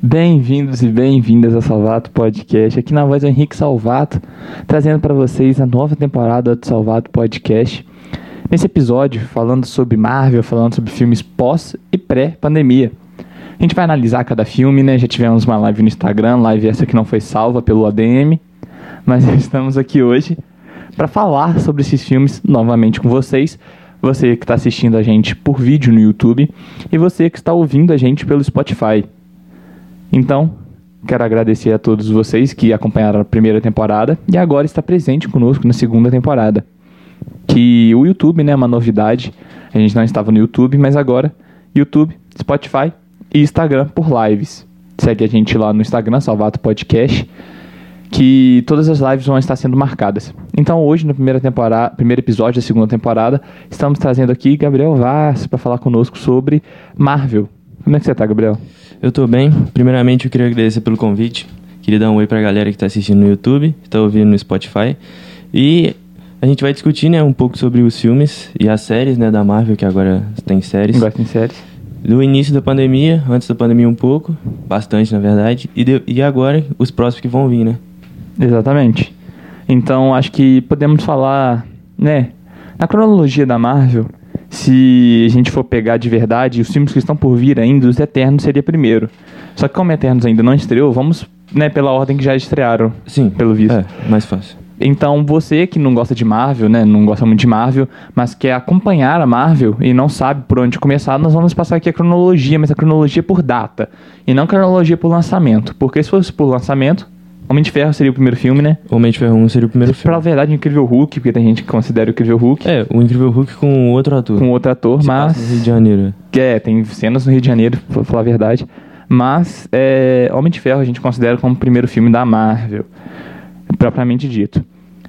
Bem-vindos e bem-vindas ao Salvato Podcast. Aqui na voz do Henrique Salvato, trazendo para vocês a nova temporada do Salvato Podcast. Nesse episódio, falando sobre Marvel, falando sobre filmes pós e pré-pandemia. A gente vai analisar cada filme, né? Já tivemos uma live no Instagram, live essa que não foi salva pelo ADM, mas estamos aqui hoje para falar sobre esses filmes novamente com vocês. Você que está assistindo a gente por vídeo no YouTube e você que está ouvindo a gente pelo Spotify. Então, quero agradecer a todos vocês que acompanharam a primeira temporada e agora está presente conosco na segunda temporada. Que o YouTube, né, é uma novidade. A gente não estava no YouTube, mas agora YouTube, Spotify e Instagram por lives. Segue a gente lá no Instagram, Salvato Podcast, que todas as lives vão estar sendo marcadas. Então, hoje, no primeira temporada, primeiro episódio da segunda temporada, estamos trazendo aqui Gabriel Vaz para falar conosco sobre Marvel. Como é que você tá, Gabriel? Eu tô bem. Primeiramente, eu queria agradecer pelo convite. Queria dar um oi pra galera que tá assistindo no YouTube, que tá ouvindo no Spotify. E a gente vai discutir, né, um pouco sobre os filmes e as séries, né, da Marvel, que agora tem séries. Gosta em séries? Do início da pandemia, antes da pandemia um pouco, bastante, na verdade. E, de- e agora, os próximos que vão vir, né? Exatamente. Então, acho que podemos falar, né, na cronologia da Marvel, se a gente for pegar de verdade, os filmes que estão por vir ainda, os Eternos seria primeiro. Só que como Eternos ainda não estreou, vamos, né, pela ordem que já estrearam. Sim. Pelo visto. É, mais fácil. Então, você que não gosta de Marvel, né, não gosta muito de Marvel, mas quer acompanhar a Marvel e não sabe por onde começar, nós vamos passar aqui a cronologia, mas a cronologia por data, e não cronologia por lançamento, porque se fosse por lançamento, Homem de Ferro seria o primeiro filme, né? Homem de Ferro 1 seria o primeiro filme. Pra verdade, Incrível Hulk, porque tem gente que considera o Incrível Hulk É, o Incrível Hulk com outro ator. com outro ator, Se mas. passa no Rio de Janeiro. É, tem cenas no Rio de Janeiro, pra falar a verdade. Mas é, Homem de Ferro a gente considera como o primeiro filme da Marvel, propriamente dito.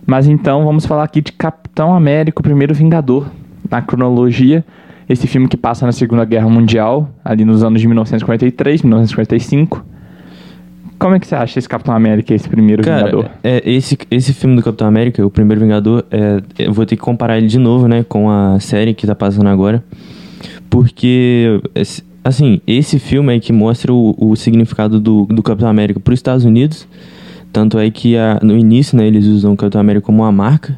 Mas então vamos falar aqui de Capitão América, o primeiro Vingador, na cronologia. Esse filme que passa na Segunda Guerra Mundial, ali nos anos de 1943, 1945. Como é que você acha esse Capitão América, esse primeiro Vingador? Cara, é, esse, esse filme do Capitão América, o primeiro Vingador, é, eu vou ter que comparar ele de novo, né, com a série que tá passando agora. Porque, esse- assim, esse filme é que mostra o, o significado do, do Capitão América para os Estados Unidos. Tanto é que a- no início, né, eles usam o Capitão América como uma marca,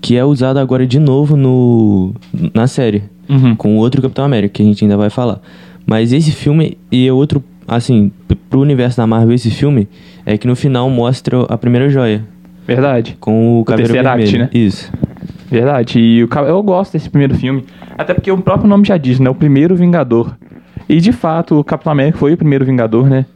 que é usada agora de novo no, na série Uhum. com outro Capitão América, que a gente ainda vai falar. Mas esse filme e é outro, assim, p- pro universo da Marvel, esse filme é que no final mostra a primeira joia Verdade. com o cabelo Tesseract, vermelho. né? Isso. Verdade, e o ca- eu gosto desse primeiro filme, até porque o próprio nome já diz, né? O primeiro Vingador. E de fato, o Capitão América foi o primeiro Vingador, né?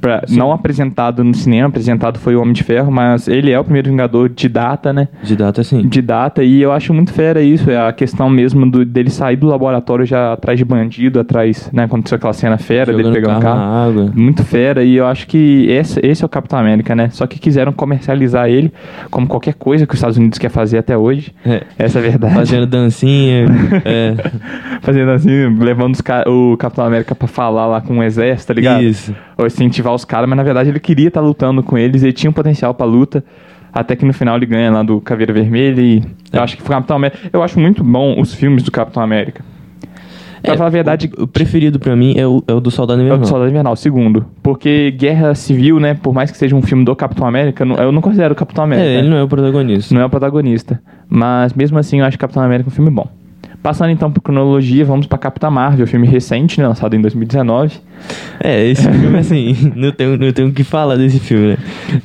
Pra, não apresentado no cinema, apresentado foi o Homem de Ferro, mas ele é o primeiro Vingador de data, né? De data assim. De data, e eu acho muito fera isso, é a questão mesmo do, dele sair do laboratório já atrás de bandido, atrás, né? Aconteceu aquela cena fera Jogando dele pegando o carro. na água. Muito fera, e eu acho que esse, esse é o Capitão América, né? Só que quiseram comercializar ele, como qualquer coisa que os Estados Unidos quer fazer até hoje. É. Essa é a verdade. Fazendo dancinha. é. Fazendo assim, levando os ca- o Capitão América pra falar lá com o exército, tá ligado? Isso. Ou incentivar os caras, mas na verdade ele queria estar lutando com eles, ele tinha um potencial pra luta. Até que no final ele ganha lá do Caveira Vermelha e. É. Eu acho que o Capitão América. Eu acho muito bom os filmes do Capitão América. Pra É, falar a verdade, O preferido pra mim é o, é o do Soldado é o Invernal. do Soldado Invernal, segundo. Porque Guerra Civil, né? Por mais que seja um filme do Capitão América, eu não- eu não considero o Capitão América. É, né? ele não é o protagonista. não é o protagonista. Mas mesmo assim, eu acho Capitão América um filme bom. Passando então por cronologia, vamos pra Capitã Marvel, filme recente, né, lançado em 2019. É, esse filme, assim, não tenho, não tenho o que falar desse filme, né?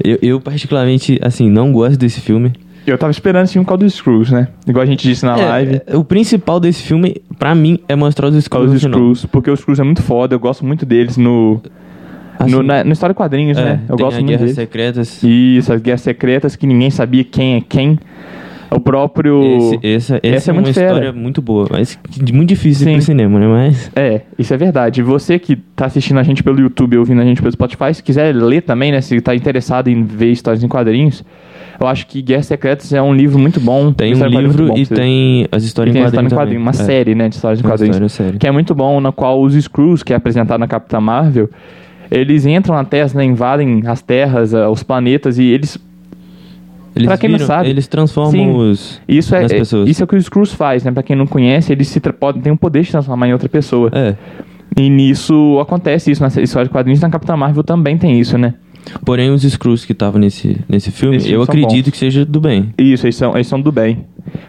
Eu, eu, particularmente, assim, não gosto desse filme. Eu tava esperando esse filme com o dos Screws, né? Igual a gente disse na É, live. é, O principal desse filme, pra mim, é mostrar os Com os Skrulls no final. Screws, porque os Screws é muito foda, eu gosto muito deles no. Assim, no, na, no História Quadrinhos, é, né? Eu tem gosto a muito Guerra deles. Secretas. Isso, as guerras secretas que ninguém sabia quem é quem. O próprio. Esse, essa, essa, Essa é é, muito uma fera. história muito boa, mas que- muito difícil Sim. pro cinema, né? Mas É, isso é verdade. Você que tá assistindo a gente pelo YouTube, ouvindo a gente pelo Spotify, se quiser ler também, né, se tá interessado em ver histórias em quadrinhos, eu acho que Guerra Secretas é um livro muito bom. tem um História em quadrinhos livro é muito bom e pra você- tem as histórias e tem em a quadrinhos história em também. quadrinho, uma É, série, né, de histórias em uma quadrinhos, história séria. que é muito bom, na qual os Screws, que é apresentado na Capitã Marvel, eles entram na Terra, né, invadem as terras, ah, os planetas e eles É. Eles pra quem não viram- sabe- Eles transformam Sim. os... isso é, Nas é- pessoas. um isso é o que os Screws faz, né? Para quem não conhece, eles se tra- podem ter o poder de se transformar em outra pessoa. É, E nisso acontece isso, na história de quadrinhos, na Capitã Marvel também tem isso, né? Porém, os Skrulls que estavam nesse, nesse filme, Esses eu são acredito bons. que seja do bem. Isso, eles são, eles são do bem.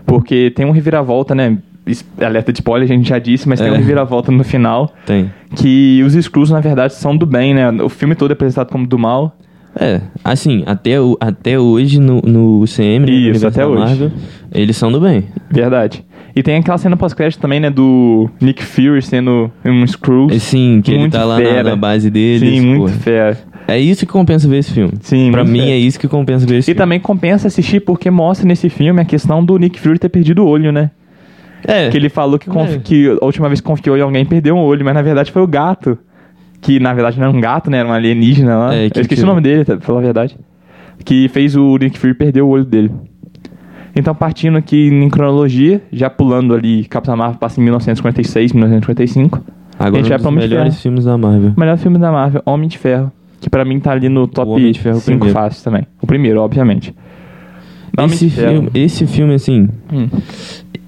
Porque tem um reviravolta, né? Es- Alerta de spoiler, a gente já disse, mas tem É. um reviravolta no final. Tem. Que os Skrulls, na verdade, são do bem, né? O filme todo é apresentado como do mal. É, assim, até, o, até hoje no, no UCM, né, no Isso, universo até da hoje. Marvel, eles são do bem. Verdade. E tem aquela cena pós-crédito também, né? Do Nick Fury sendo um Skrull. E Sim, que Muito ele tá lá na, fera. na base deles. Sim, muito porra. fera. É isso que compensa ver esse filme. Sim, pra muito mim fera. é isso que compensa ver esse E também compensa assistir porque mostra nesse filme a questão do Nick Fury ter perdido o olho, né? filme. É, Que ele falou que, conf- É. que a última vez que confiou em alguém perdeu um olho, mas na verdade foi o gato. Que na verdade não era um gato, né? Era um alienígena lá. É, que- Eu esqueci que- o nome dele, tá? pra falar a verdade. Que fez o Nick Fury perder o olho dele. Então, partindo aqui em cronologia, já pulando ali, Capitão Marvel passa em 1956, 1955. agora a gente vai um pra dos Homem de melhores Ferro. filmes da Marvel. O melhor filme da Marvel, Homem de Ferro. Que pra mim tá ali no top Homem de Ferro 5 primeiro. fácil também. O primeiro, obviamente. Homem Esse de Ferro. filme, esse filme, assim, Hum.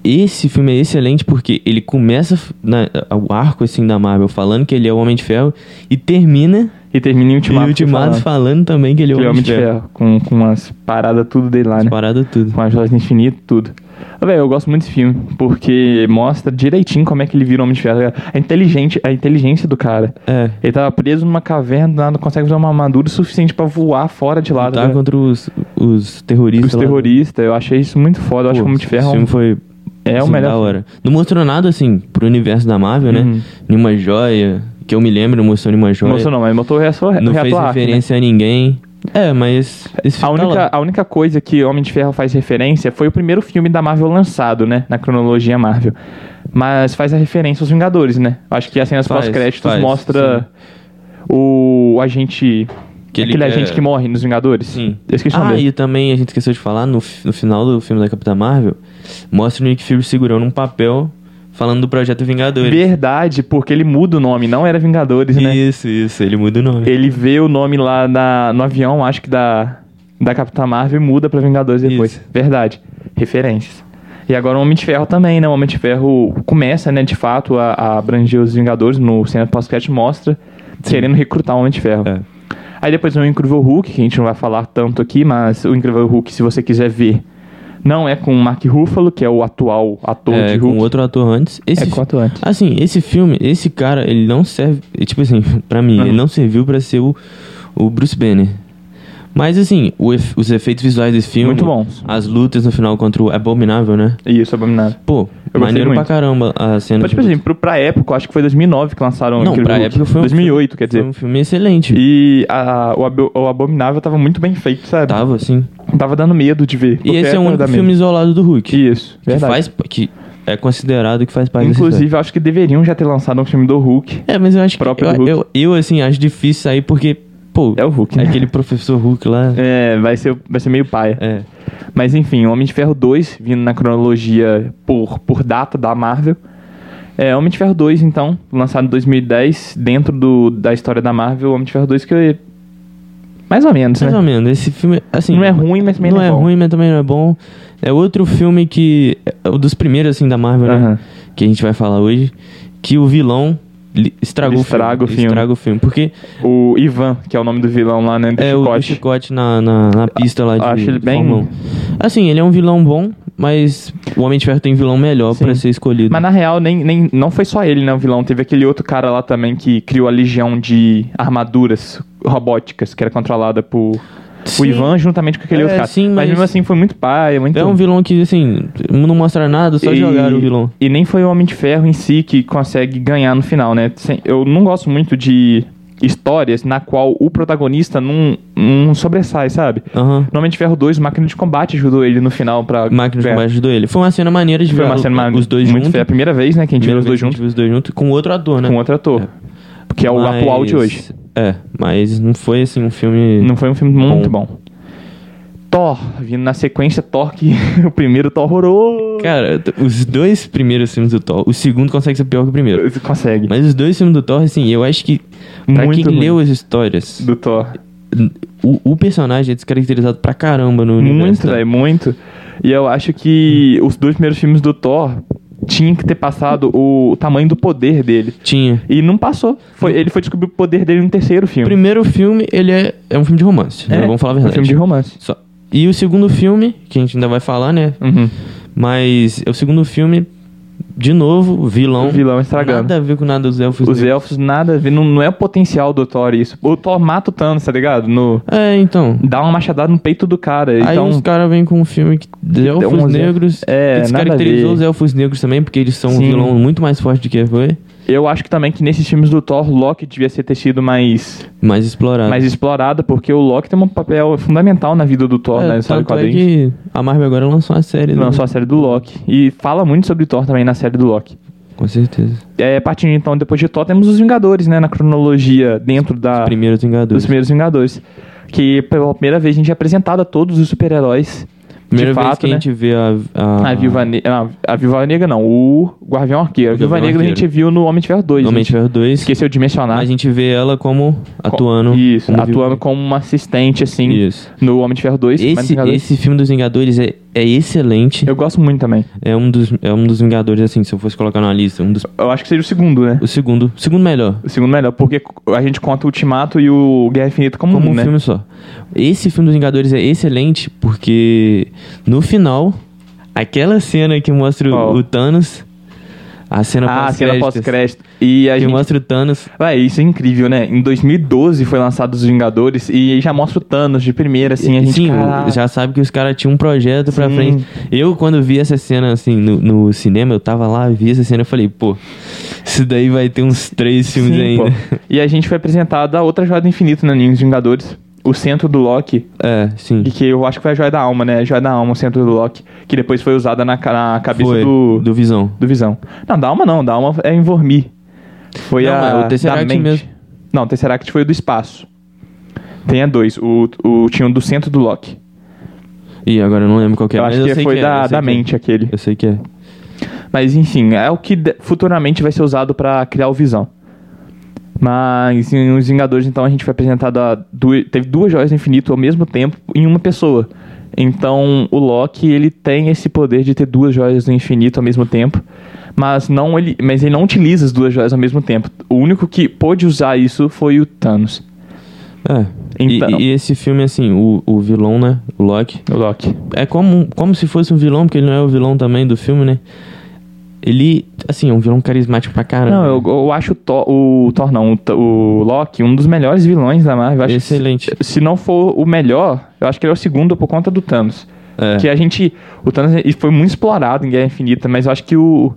esse filme é excelente porque ele começa f- na- o arco, assim, da Marvel falando que ele é o Homem de Ferro e termina E termina em Ultimato. e o Ultimato falando falando também que ele é que o ele é Homem de Ferro. Com, com umas paradas tudo dele lá, né? Parada tudo. Com as joias do infinito, tudo. Ah, Velho, eu gosto muito desse filme, porque mostra direitinho como é que ele vira o Homem de Ferro. A, inteligente, é a inteligência do cara. É. Ele tava preso numa caverna, do nada, não consegue usar uma armadura o suficiente pra voar fora de lá. Lutar né? contra os, os terroristas. Os lá. terroristas, eu achei isso muito foda. Eu acho que o Pô, Homem de Esse Ferro é um- filme foi é o assim, melhor. Da filme. hora. Não mostrou nada, assim, pro universo da Marvel, Uhum. né? Nenhuma joia. Que eu me lembro, não mostrou nenhuma joia. Não mostrou não, mas mostrou o né? reator, Não fez referência a ninguém. É, mas esse A filme tá única, lá. a única coisa que Homem de Ferro faz referência foi o primeiro filme da Marvel lançado, né? Na cronologia Marvel. Mas faz a referência aos Vingadores, né? Acho que as cenas Faz, pós-créditos faz, mostra o agente. Que ele aquele quer- agente que morre nos Vingadores. Sim. Eu esqueci o nome Ah, dele. e também a gente esqueceu de falar, no, fi- no final do filme da Capitã Marvel, mostra o Nick Fury segurando um papel falando do Projeto Vingadores. Verdade, porque ele muda o nome, não era Vingadores, né? Isso, isso, ele muda o nome. Ele vê o nome lá na- no avião, acho que da, da Capitã Marvel, e muda pra Vingadores depois. Isso. Verdade. Referências. E agora o Homem de Ferro também, né? O Homem de Ferro começa, né, de fato, a, a abranger os Vingadores no cena pós-cat mostra, querendo recrutar o Homem de Ferro. É. Aí depois vem o Incrível Hulk, que a gente não vai falar tanto aqui, mas o Incrível Hulk, se você quiser ver, não é com o Mark Ruffalo, que é o atual ator É, um de com Hulk. outro ator antes. Esse É com outro antes. Assim, esse filme, esse cara, ele não serve. é, Tipo assim, pra mim, Uhum. ele não serviu pra ser o, o Bruce Banner. Mas assim, o ef- os efeitos visuais desse filme. Muito bons. As lutas no final contra o Abominável, né? Isso, abominável. Pô, Eu gostei maneiro pra muito. caramba a cena. Mas, tipo assim, pro, pra época, eu acho que foi 2009 que lançaram o Uhum. não, Incrível pra Hulk. época foi um 2008, filme, quer dizer. Foi um filme excelente. E a- o, Ab- o Abominável tava muito bem feito, sabe? Tava, assim. Tava dando medo de ver. E porque esse é o tava único dando medo. filme isolado do Hulk. Isso, que verdade. faz. Que é considerado que faz parte dessa história. Inclusive, eu acho que deveriam já ter lançado um filme do Hulk. É, mas eu acho que. próprio Eu, Hulk. eu, eu, assim, acho difícil sair porque. Pô, É o Hulk, né? aquele professor Hulk lá. É, vai ser, vai ser meio paia. É. Mas enfim, Homem de Ferro 2, vindo na cronologia por, por data da Marvel. É, Homem de Ferro 2, então, lançado em 2010, dentro do, da história da Marvel, Homem de Ferro 2, que é mais ou menos, Mais né? ou menos. Esse filme, assim. Não é ruim, mas também não não é é bom. ruim, mas também não é bom. É outro filme que. É um dos primeiros, assim, da Marvel, né? Aham. Que a gente vai falar hoje. Que o vilão li- estragou Estraga o o filme. filme. Estraga o filme. Porque O Ivan, que é o nome do vilão lá, né? Do é o chicote. chicote na, na, na pista lá de. Acho ele bem- Fórmula 1. Assim, ele é um vilão bom, mas o Homem de Ferro tem vilão melhor Sim. pra ser escolhido. Mas na real, nem, nem, não foi só ele, né, o vilão. Teve aquele outro cara lá também que criou a legião de armaduras robóticas, que era controlada por o Sim. Ivan juntamente com aquele É, outro cara. sim, mas... mas- mesmo assim foi muito pai, muito. É um vilão que, assim, não mostra nada, só jogaram o vilão. E nem foi o Homem de Ferro em si que consegue ganhar no final, né? Sem- Eu não gosto muito de histórias na qual o protagonista não, não sobressai, sabe? Aham. No Homem de Ferro 2, Máquina de Combate ajudou ele no final pra... Máquina de ganhar. combate ajudou ele. Foi uma cena maneira de Foi ver uma cena os dois muito juntos. feia. A primeira vez, né, que a gente viu Primeira os vez dois que a gente juntos. viu os dois juntos com outro ator, né? com outro ator. Que é o Mas- atual de hoje. É, mas não foi assim um filme. Não foi um filme muito bom. Thor, vindo na sequência, Thor que o primeiro Thor horroroso. Cara, t- os dois primeiros filmes do Thor, o segundo consegue ser pior que o primeiro. Você consegue. Mas os dois filmes do Thor, assim, eu acho que. Pra Muito quem ruim. leu as histórias, Do Thor. o, o personagem é descaracterizado pra caramba no universo. Muito, da- Hum. velho, muito. E eu acho que os dois primeiros filmes do Thor tinha que ter passado o, o tamanho do poder dele. Tinha. E não passou. Foi, ele foi descobrir o poder dele no terceiro O filme. primeiro filme, ele é, é um filme de romance, né? É, Vamos falar a um verdade. filme de romance. Só- E o segundo filme, que a gente ainda vai falar, né? Uhum. Mas é o segundo filme, de novo, vilão. O vilão estragando. Nada a ver com nada dos elfos. Os negros. elfos, nada a ver, não, não é o potencial do Thor isso. O Thor mata o Thanos, tá ligado? No, É, então. dá uma machadada no peito do cara. Aí então, os caras vêm com um filme que, de elfos uns elfos- negros. É, que nada a descaracterizou ver. os elfos negros também, porque eles são um Sim. vilão muito mais forte do que foi. eu acho que também que nesses filmes do Thor, Loki devia ser ter sido mais, Mais explorado. mais explorado, porque o Loki tem um papel fundamental na vida do Thor, é, né? Sabe tanto é quadrinhos? que a Marvel agora lançou uma série. né? Lançou a série do Loki. E fala muito sobre Thor também na série do Loki. Com certeza. É, partindo então, depois de Thor, temos os Vingadores, né? Na cronologia dentro da, Primeiro Ah, dos Vingadores. primeiros Vingadores. Que pela primeira vez a gente é apresentado a todos os super-heróis. Primeira de vez fato, que né? Ah, a gente vê a... A, A Viúva, ne não, a Viúva Negra não, o Guardião Arqueiro. A Viúva Guardião Negra a Arqueiro. gente viu no Homem de Ferro 2. Homem Homem de Ferro 2. Esqueceu de mencionar. A gente vê ela como Co- atuando. Isso, como atuando Viúva como uma assistente, assim, Negra. Isso. no Homem de Ferro 2. mas no Esse, Vingadores- esse filme dos Vingadores é, é excelente. Eu gosto muito também. É, um dos, é um dos Vingadores, assim, se eu fosse colocar na lista. Um dos, Eu acho que seria o segundo, né? o segundo. O segundo melhor. O segundo melhor, porque a gente conta o Ultimato e o Guerra Infinita como, Como um, um né? filme só. Esse filme dos Vingadores é excelente porque no final, aquela cena que mostra o- Qual? o Thanos, a cena Ah, a cena pós-créditos, pós-crédito. E a que gente... mostra o Thanos, Ué, isso é incrível, né? Em 2012 foi lançado Os Vingadores e já mostra o Thanos de primeira, assim, a gente... sim, "Caraca". já sabe que os caras tinham um projeto pra Sim. frente. Eu quando vi essa cena assim no, no cinema, eu tava lá, vi essa cena, eu falei, pô, isso daí vai ter uns três filmes né? Sim, ainda. pô. E a gente foi apresentado a outra joia do infinito, né? Ninhos Vingadores. O centro do Loki, É, sim. e que eu acho que foi a joia da alma, né? A joia da alma, o centro do Loki, que depois foi usada na, ca- na cabeça Foi, do, do... do Visão. Visão. Não, da alma não, da alma é em Vormir. Foi Não, a. é o Tesseract da mente. mesmo. Não, o Tesseract foi o do espaço. Tem a dois. O, o, tinha um do centro do Loki. Ih, agora eu não lembro qual que é, eu mas acho que sei foi é, eu da, sei da que é. mente aquele. Eu sei que é. Mas enfim, é o que de- futuramente vai ser usado pra criar o Visão. Mas em Os Vingadores, então, a gente foi apresentado a du- teve duas joias do infinito ao mesmo tempo em uma pessoa. Então, o Loki, ele tem esse poder de ter duas joias do infinito ao mesmo tempo, mas não ele, mas ele não utiliza as duas joias ao mesmo tempo. O único que pôde usar isso foi o Thanos, É. E- Então. E, e esse filme, assim, o, o vilão, né? O Loki. o Loki. É como, como se fosse um vilão, porque ele não é o vilão também do filme, né? Ele, assim, é um vilão carismático pra caramba. Não, né? eu, eu acho o Thor, o Thor não, o, Th- o Loki um dos melhores vilões da Marvel. Eu acho que se- Excelente. se não for o melhor, eu acho que ele é o segundo por conta do Thanos. É. Que a gente. O Thanos ele foi muito explorado em Guerra Infinita, mas eu acho que o,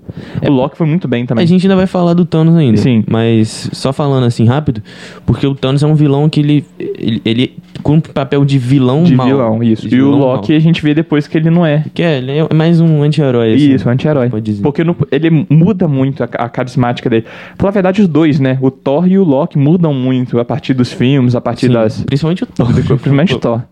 o Loki foi muito bem É. A também. gente ainda vai falar do Thanos ainda. Sim. Mas só falando assim rápido, porque o Thanos é um vilão que ele, ele, ele cumpre o papel de vilão de mau. vilão, isso. De e o vilão Loki a gente vê depois que ele não é. mau. Que é, ele é mais um anti-herói. assim. Isso, é um anti-herói. Pode dizer. Porque no- ele muda muito a, ca- a carismática dele. Pela verdade, os dois, né? O Thor e o Loki mudam muito a partir dos filmes, a partir Sim, das. Principalmente o Thor. Principalmente o é Thor.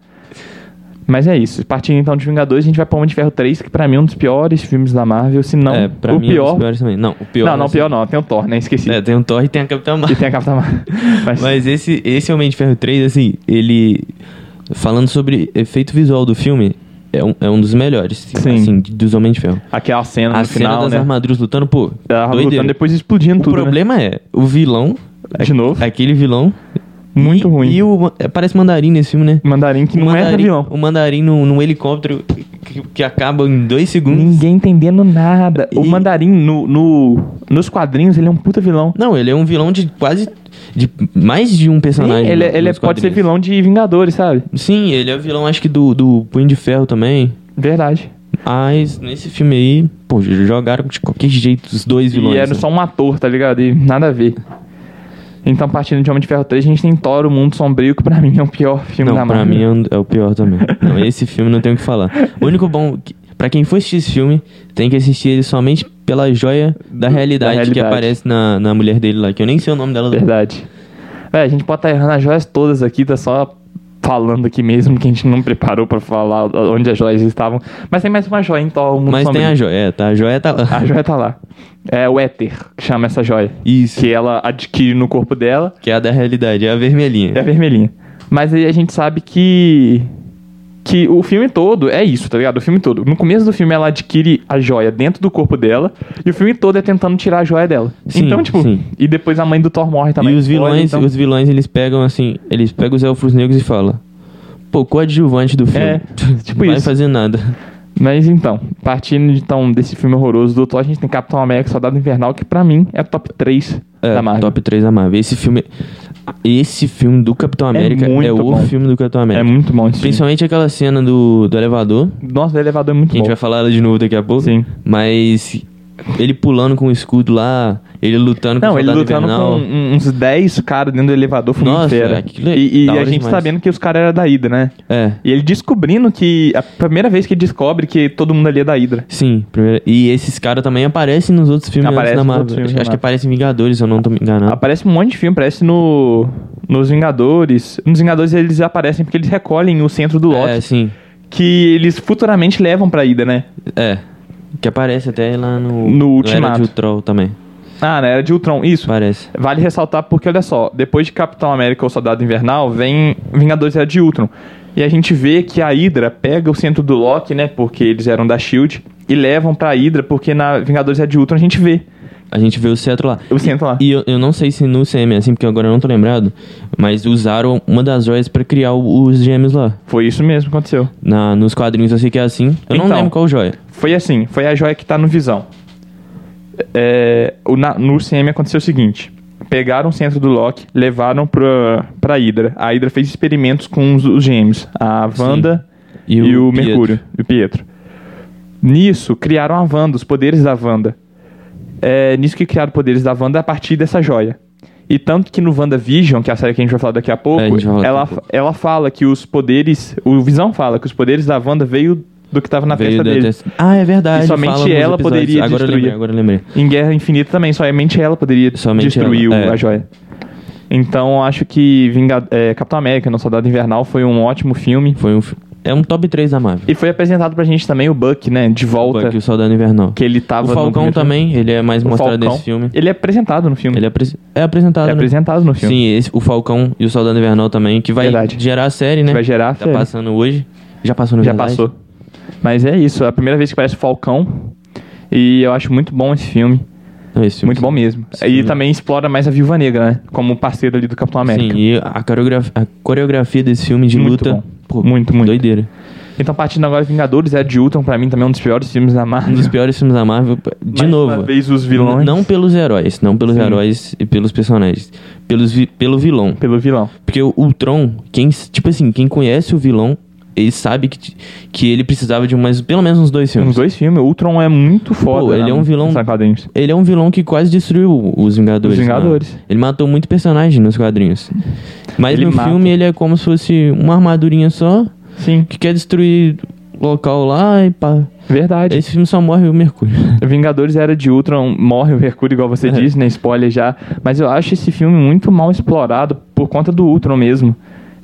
Mas é isso. Partindo então de Vingadores, a gente vai pra Homem de Ferro 3, que pra mim é um dos piores filmes da Marvel, se não É, pra o mim é um pior. dos piores também. Não, o pior. não, não, assim. pior não. Tem o Thor, né? Esqueci. É, tem o Thor e tem a Capitã Marvel. E tem a Capitã Marvel. Mas, Mas esse, esse Homem de Ferro 3, assim, ele. Falando sobre efeito visual do filme, é um, é um dos melhores, Sim. assim, dos Homens de Ferro. aquela é cena A no cena final, das né? armaduras lutando, pô. Da Arma doideira. lutando, depois explodindo o tudo, problema é, o vilão, né? De novo. aquele vilão. Muito e- ruim. E o. é, Parece mandarim nesse filme, né? Mandarim que O não mandarim, é vilão. O mandarim num, num helicóptero que, que acaba em dois segundos. Ninguém tá entendendo nada. O E- Mandarim no, no- nos quadrinhos, ele é um puta vilão. Não, ele é um vilão de quase. de mais de um personagem. Sim, ele é, no- ele nos pode ser quadrinhos. vilão de Vingadores, sabe? Sim, ele é vilão, acho que do, do Punho de Ferro também. Verdade. Mas nesse filme aí, pô, jogaram de qualquer jeito os dois vilões. E era né? só um ator, tá ligado? E nada a ver. Então, partindo de Homem de Ferro 3, a gente tem Thor, o Mundo Sombrio, que pra mim é o pior filme Não, da pra Marvel. mim é um- é o pior também. Não, esse filme não tem o que falar. O único bom. Que, pra quem for assistir esse filme, tem que assistir ele somente pela joia da realidade, que realidade. aparece na, na mulher dele lá, que eu nem sei o nome dela. Verdade. Véi, a gente pode estar errando as joias todas aqui, tá só falando aqui mesmo que a gente não preparou pra falar onde as joias estavam. Mas tem mais uma joia, então. o mundo Mas tem sombrio. a joia, é, tá? A joia tá lá. A joia tá lá. É o éter, que chama essa joia. Isso. Que ela adquire no corpo dela Que é a da realidade, é a vermelhinha. é a vermelhinha. Mas aí a gente sabe que. que que o filme todo é isso, tá ligado? O filme todo. No começo do filme ela adquire a joia dentro do corpo dela e o filme todo é tentando tirar a joia dela. Sim, então, tipo, sim. e depois a mãe do Thor morre também. E os Olha, vilões, então- os vilões, eles pegam assim, eles pegam os elfos negros e falam. Pô, coadjuvante do filme. É, tipo Não vai isso. fazer nada. Mas então, partindo então desse filme horroroso do Thor, a gente tem Capitão América Soldado Invernal, que pra mim é top 3 É, da Marvel. top 3 da Marvel. Esse filme. Esse filme do Capitão América é, muito o bom. filme do Capitão É América. muito bom esse filme. Principalmente aquela cena do, do elevador. Nossa, o elevador é Que muito a gente bom. vai falar ela de novo daqui a pouco. Sim. Mas ele pulando com o escudo lá, ele lutando com o Não, ele soldado lutando invernal. com um- uns 10 caras dentro do elevador foi Nossa, muito fera. aquilo é E, e da a hora gente demais. sabendo que os caras eram da Hydra, né? É. E ele descobrindo que. A primeira vez que ele descobre que todo mundo ali é da Hydra. Sim, primeiro. E esses caras também aparecem nos outros filmes Aparece antes da nos Marvel. outros filmes acho da acho que Marvel. aparecem Vingadores, se eu não tô me enganando. Aparece um monte de filme, aparece no. Nos Vingadores. Nos Vingadores eles aparecem porque eles recolhem o centro do Loki. é, sim. Que eles futuramente levam pra Hydra, né? É. Que aparece até lá no. No na Era Ultimato. de Ultron também. Ah, na Era de Ultron, isso. Aparece. Vale ressaltar porque, olha só, depois de Capitão América ou Soldado Invernal, vem Vingadores Era de Ultron. E a gente vê que a Hydra pega o centro do Loki, né? Porque eles eram da SHIELD. E levam pra Hydra, porque na Vingadores Era de Ultron a gente vê A gente vê o cetro lá. o centro lá. E eu, eu não sei se no CM, é assim, porque agora eu não tô lembrado, mas usaram uma das joias pra criar o- os gêmeos lá. Foi isso mesmo que aconteceu. Na, nos quadrinhos eu sei que é assim. Eu não Então. lembro qual joia. Foi assim, foi a joia que tá no Visão. É, o na- no UCM aconteceu o seguinte. Pegaram o centro do Loki, levaram pra, pra Hydra. A Hydra fez experimentos com os, os gêmeos. A Wanda e, o, Pietro. Mercúrio. E o Pietro. Nisso, criaram a Wanda, os poderes da Wanda. É, nisso que criaram poderes da Wanda a partir dessa joia. E tanto que no WandaVision, que é a série que a gente vai falar daqui a pouco, É, a gente vai falar daqui a ela, pouco. ela fala que os poderes... O Visão fala que os poderes da Wanda veio do que tava na Veio testa da dele. testa- Ah, é verdade. E somente fala nos ela episódios. poderia agora Eu destruir. lembrei, agora eu lembrei. Em Guerra Infinita também, somente ela poderia Somente destruir ela, o- é. a joia. Então, acho que Vinga- é, Capitão América, No Soldado Invernal, foi um ótimo filme. Foi um, fi- é um top 3 da Marvel. E foi apresentado pra gente também o Buck, né? De volta, Bucky, o Soldado Invernal. que ele tava o no Falcão primeiro filme. também, ele é mais O mostrado Falcão, nesse filme. Ele é apresentado no filme. Ele é, apres- é é apresentado, né? apresentado no filme. Sim, esse- o Falcão e o Soldado Invernal também, que vai Verdade. gerar a série, né? Vai gerar a Tá série. passando hoje. Já passou no Já passou. Mas é isso, é a primeira vez que aparece o Falcão. E eu acho muito bom esse filme. Muito bom mesmo. Então, Esse e filme- é também explora mais a Viúva Negra, né? Como parceiro ali do Capitão América. Sim, e a coreografia, a coreografia desse filme de Muito luta. bom. Muito, muito. Doideira. Então, partindo agora, Vingadores é de Ultron, pra mim também é um dos piores filmes da Marvel. Um dos piores filmes da Marvel. De Mais novo. Uma vez os vilões. Não pelos heróis, não pelos Sim. heróis e pelos personagens. Pelos vi- pelo vilão. pelo vilão. Porque o Ultron, quem, tipo assim, quem conhece o vilão, ele sabe que, t- que ele precisava de mais, pelo menos uns dois Nos filmes. dois filmes, o Ultron é muito foda. ele né, é um vilão- nos quadrinhos. Ele é um vilão que quase destruiu os Vingadores. Os Vingadores. né? Ele matou muito personagem nos quadrinhos. Mas Ele no mata. filme ele é como se fosse uma armadurinha só Sim, que quer destruir o local lá e pá. verdade. Esse filme só morre o Mercúrio. Vingadores era de Ultron, morre o Mercúrio, igual É. você disse, né? Spoiler já. Mas eu acho esse filme muito mal explorado por conta do Ultron mesmo.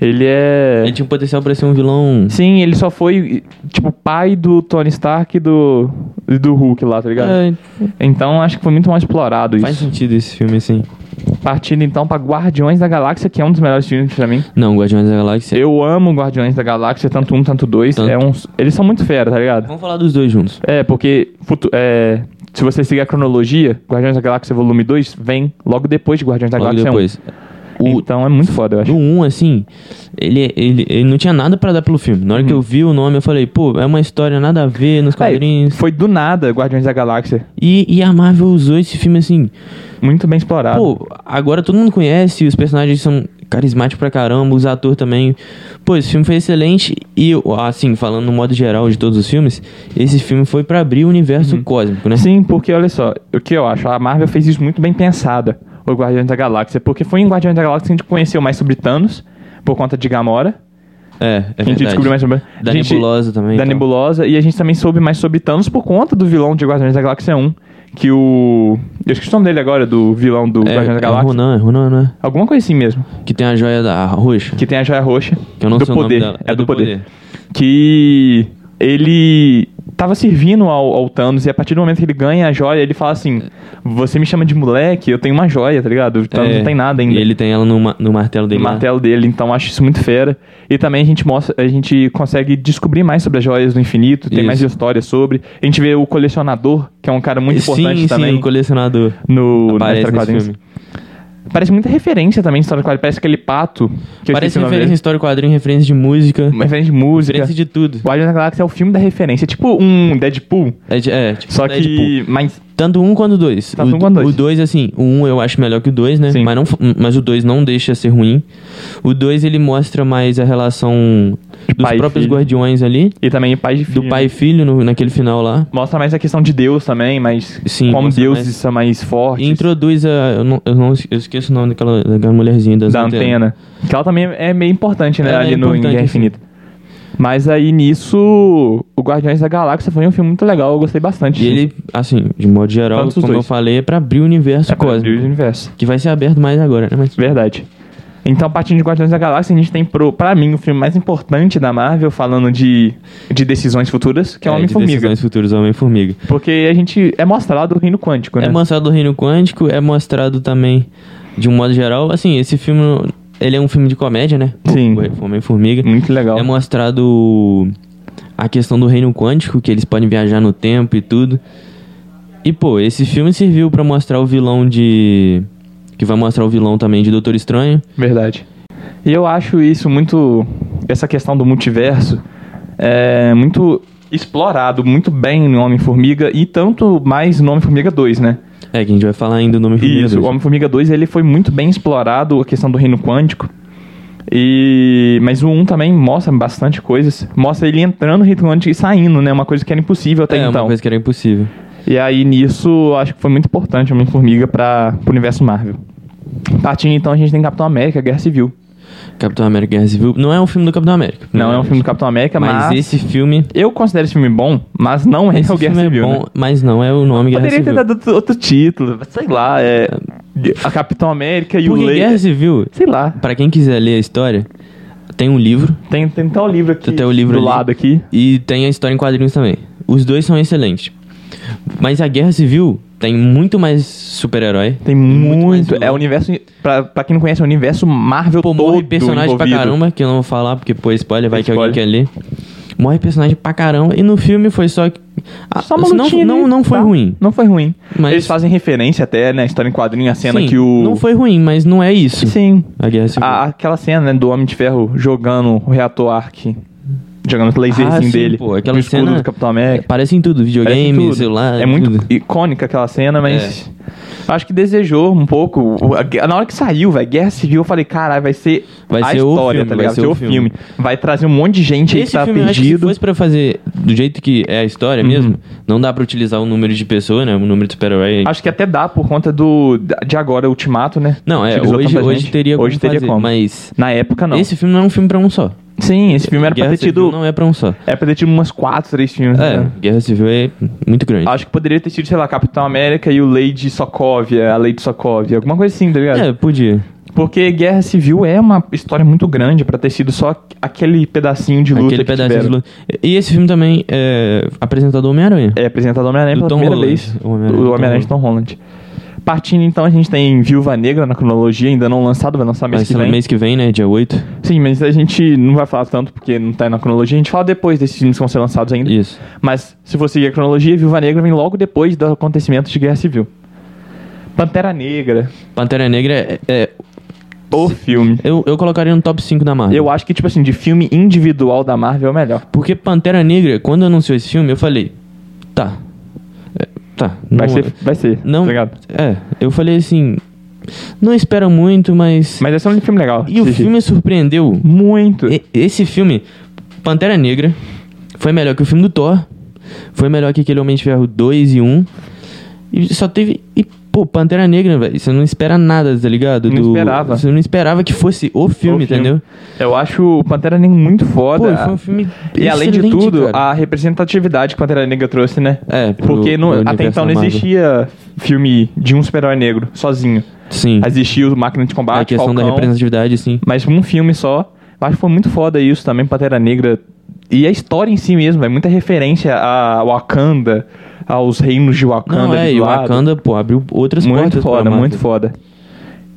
Ele é. Ele tinha potencial pra ser um vilão. Sim, ele só foi, tipo, pai do Tony Stark e do, e do Hulk lá, tá ligado? É, Então acho que foi muito mal explorado faz um- isso. sentido esse filme, assim. Partindo então pra Guardiões da Galáxia, que é um dos melhores filmes pra mim. Não, Guardiões da Galáxia. é- Eu amo Guardiões da Galáxia, tanto um, tanto dois. Tanto. É uns, eles são muito fera, tá ligado? Vamos falar dos dois juntos. É, porque futu- é, se você seguir a cronologia, Guardiões da Galáxia Volume 2 vem logo depois de Guardiões da Logo Galáxia depois. 1. O, Então é muito foda, eu No acho. 1, assim, ele, ele, ele não tinha nada pra dar pelo filme. Na hora que eu vi o nome, eu falei, pô, é uma história nada a ver nos É, quadrinhos. foi do nada Guardiões da Galáxia. E, e a Marvel usou esse filme assim. Muito bem explorado. Pô, agora todo mundo conhece, os personagens são carismáticos pra caramba, os atores também. Pô, esse filme foi excelente. E, eu, assim, falando no modo geral de todos os filmes, esse filme foi pra abrir o universo cósmico, né? Uhum. Sim, porque olha só, o que eu acho, a Marvel fez isso muito bem pensada, o Guardiões da Galáxia, porque foi em Guardiões da Galáxia que a gente conheceu mais sobre Thanos, por conta de Gamora. É, é a gente verdade. descobriu mais sobre. a Da gente- Nebulosa também. da então. Nebulosa. E a gente também soube mais sobre Thanos por conta do vilão de Guardiões da Galáxia 1. Que o. Eu esqueci o nome dele agora, do vilão do É, Guardiões da é Galáxia. Ronan, é Ronan, né? Alguma coisa assim mesmo. Que tem a joia da roxa. Que tem a joia roxa. Que eu não do sei o nome poder. dela. É, do, poder. Que. Ele tava servindo ao, ao Thanos, e a partir do momento que ele ganha a joia, ele fala assim: Você me chama de moleque, eu tenho uma joia, tá ligado? O Thanos É, não tem nada ainda. E ele tem ela no, ma- no martelo no dele. lá. martelo dele, então acho isso muito fera. E também a gente mostra, a gente consegue descobrir mais sobre as joias do infinito, tem Isso. mais história sobre. A gente vê o colecionador, que é um cara muito importante sim, também Sim, o colecionador. no na Aparece história nesse quadrinhos. filme. Parece muita referência também de história quadrinhos, parece aquele pato que eu esqueci Parece o nome referência dele. em história, quadrinho, referência de música, Uma referência de música. referência de tudo. Guardiões da Galáxia é o filme da referência, é tipo um Deadpool, É, de- é, tipo, só é, tipo, que mais Tanto um quanto dois. Tanto o, um quanto dois. O dois, assim, o um eu acho melhor que o dois, né? Sim. Mas, não, mas o dois não deixa ser ruim. O dois ele mostra mais a relação De dos pai e próprios filho. guardiões ali, e também pai de filho. do pai e filho no- naquele final lá. Mostra mais a questão de Deus também, mas Sim, como mostra Deus mais. isso é mais forte E introduz a. Eu, não, eu, não- eu esqueço o nome daquela, daquela mulherzinha das da antenas. antena. Que ela também é meio importante, né? Ela é ali no em importante, Guerra sim. Infinita. Mas aí nisso, o Guardiões da Galáxia foi um filme muito legal, eu gostei bastante. E ele, assim, de modo geral, Tanto os como eu dois. falei, é pra abrir o universo é pra cósmico. abrir o universo. Que vai ser aberto mais agora, né? Mas Verdade. Então, partindo de Guardiões da Galáxia, a gente tem, pro, pra mim, o filme mais importante da Marvel, falando de, de decisões futuras, que é, de Homem-Formiga. decisões futuras, Homem-Formiga. Porque a gente é mostrado o reino quântico, né? É mostrado o reino quântico, é mostrado também, de um modo geral, assim, esse filme, ele é um filme de comédia, né? Sim. O Homem-Formiga. Muito legal. É mostrado a questão do reino quântico, que eles podem viajar no tempo e tudo. E, pô, esse filme serviu pra mostrar o vilão de... Que vai mostrar o vilão também de Doutor Estranho. Verdade. E eu acho isso muito. Essa questão do multiverso é muito explorado, muito bem no Homem-Formiga e tanto mais no Homem-Formiga 2, né? É, que a gente vai falar ainda o nome E Formiga isso, o dois. Homem-Formiga 2 ele foi muito bem explorado, a questão do reino quântico. E mas o 1 também mostra bastante coisas. Mostra ele entrando no reino quântico e saindo, né? Uma coisa que era impossível até É, uma então. coisa que era impossível. E aí nisso, acho que foi muito importante o Homem-Formiga para o universo Marvel. Partindo então, a gente tem Capitão América, Guerra Civil. Capitão América Guerra Civil. Não é um filme do Capitão América. Não é um filme do Capitão América, mas, Mas esse filme... eu considero esse filme bom, mas não é Esse o Guerra filme Civil, é bom, né? mas não é o nome Guerra Poderia Civil. ter dado outro, outro título, sei lá, é a Capitão América e Porque o Lei, Guerra Civil, sei lá. pra quem quiser ler a história, tem um livro Tem tem até o livro aqui Tem o livro do ali. lado aqui. e tem a história em quadrinhos também. Os dois são excelentes. Mas a Guerra Civil tem muito mais super-herói. Tem Muito muito, mais é vilão. o universo pra, pra quem não conhece, é o universo Marvel Pô, todo morre personagem envolvido. pra caramba, que eu não vou falar, porque, pô, spoiler, vai Spoiler. que alguém quer ler. Morre personagem pra caramba, e no filme foi só... Ah, Só uma não, lutinha não, ali, não foi tá? ruim. Não foi ruim. Mas- Eles fazem referência até, né, a história em quadrinho, a cena Sim, que o Não foi ruim, mas não é isso. Sim. A Guerra Civil. A- aquela cena, né, do Homem de Ferro jogando o reator Arc, jogando o laserzinho Ah, sim, assim, dele, pô, aquela no escudo cena- é do Capitão América. Aparece em tudo, Parece videogame, tudo. celular... É muito tudo. É. icônica aquela cena, mas. Acho que desejou um pouco. O- a gue- Na hora que saiu, velho, Guerra Civil, eu falei, caralho, vai ser Vai a ser o história, filme, tá vai ligado? ser o filme. Vai trazer um monte de gente aí que Esse tá filme, eu acho que se perdido. Uhum. fosse pra fazer do jeito que é a história mesmo, não dá pra utilizar o número de pessoa, né? O número de super-herói. Acho que até dá por conta do de agora Ultimato, né? Não, é, Utilizou hoje, tanta hoje gente. teria hoje como teria fazer, como. mas... Na época não. Esse filme não é um filme pra um só. Sim, esse filme era pra Guerra ter Civil tido. não é pra um só. Era pra ter tido umas quatro, três filmes. É, né? Guerra Civil é muito grande. Acho que poderia ter tido, sei lá, Capitão América e o Lady Sokovia, a Lady Sokovia, alguma coisa assim, tá ligado? É, podia. Porque Guerra Civil é uma história muito grande pra ter sido só aquele pedacinho de luta Aquele que pedacinho de tiveram. luta. E esse filme também é apresentado o Homem-Aranha. É apresentado ao Homem-Aranha Do pela Tom primeira Holland. vez. O Homem-Aranha do O Tom Homem-Aranha de Tom Holland. Partindo então, a gente tem Viúva Negra na cronologia, ainda não lançado, vai lançar mês Mas que sei lá, vem. mês que vem, né? Dia 8. Sim, mas a gente não vai falar tanto porque não tá na cronologia, a gente fala depois desses filmes que vão ser lançados ainda. Isso. Mas se você seguir a cronologia, Viúva Negra vem logo depois do acontecimento de Guerra Civil. Pantera Negra, Pantera Negra é... é- o filme. eu, eu colocaria no top 5 da Marvel. Eu acho que, tipo assim, de filme individual da Marvel é o melhor. Porque Pantera Negra, quando anunciou esse filme, eu falei, tá. É, tá. Vai não- ser, vai ser. Não. Tá ligado? É, eu falei assim. Não espero muito, mas. Mas esse é um filme legal. e o Sim, sim. filme surpreendeu. Muito. E- esse filme, Pantera Negra, foi melhor que o filme do Thor. Foi melhor que aquele Homem de Ferro 2 e 1. E só teve. E, pô, Pantera Negra, velho. Você não espera nada, tá ligado? Não esperava. Você não esperava que fosse o O filme. filme, entendeu? Eu acho o Pantera Negra muito Pô, foda. foi um filme. e além de excelente, tudo, cara. a representatividade que o Pantera Negra trouxe, né? É, pro- Porque não- pro até universo então não da Marvel. existia filme de um super-herói negro sozinho. Sim. é Existia o Máquina de A Combate, questão da Falcão, representatividade, sim. mas um filme só. Eu acho que foi muito foda isso também, Pantera Negra E a história em si mesmo, é muita referência a Wakanda, aos reinos de Wakanda. Não, é, ali e do o lado. Wakanda, pô, abriu outras Muito portas pra foda, Marvel. muito foda.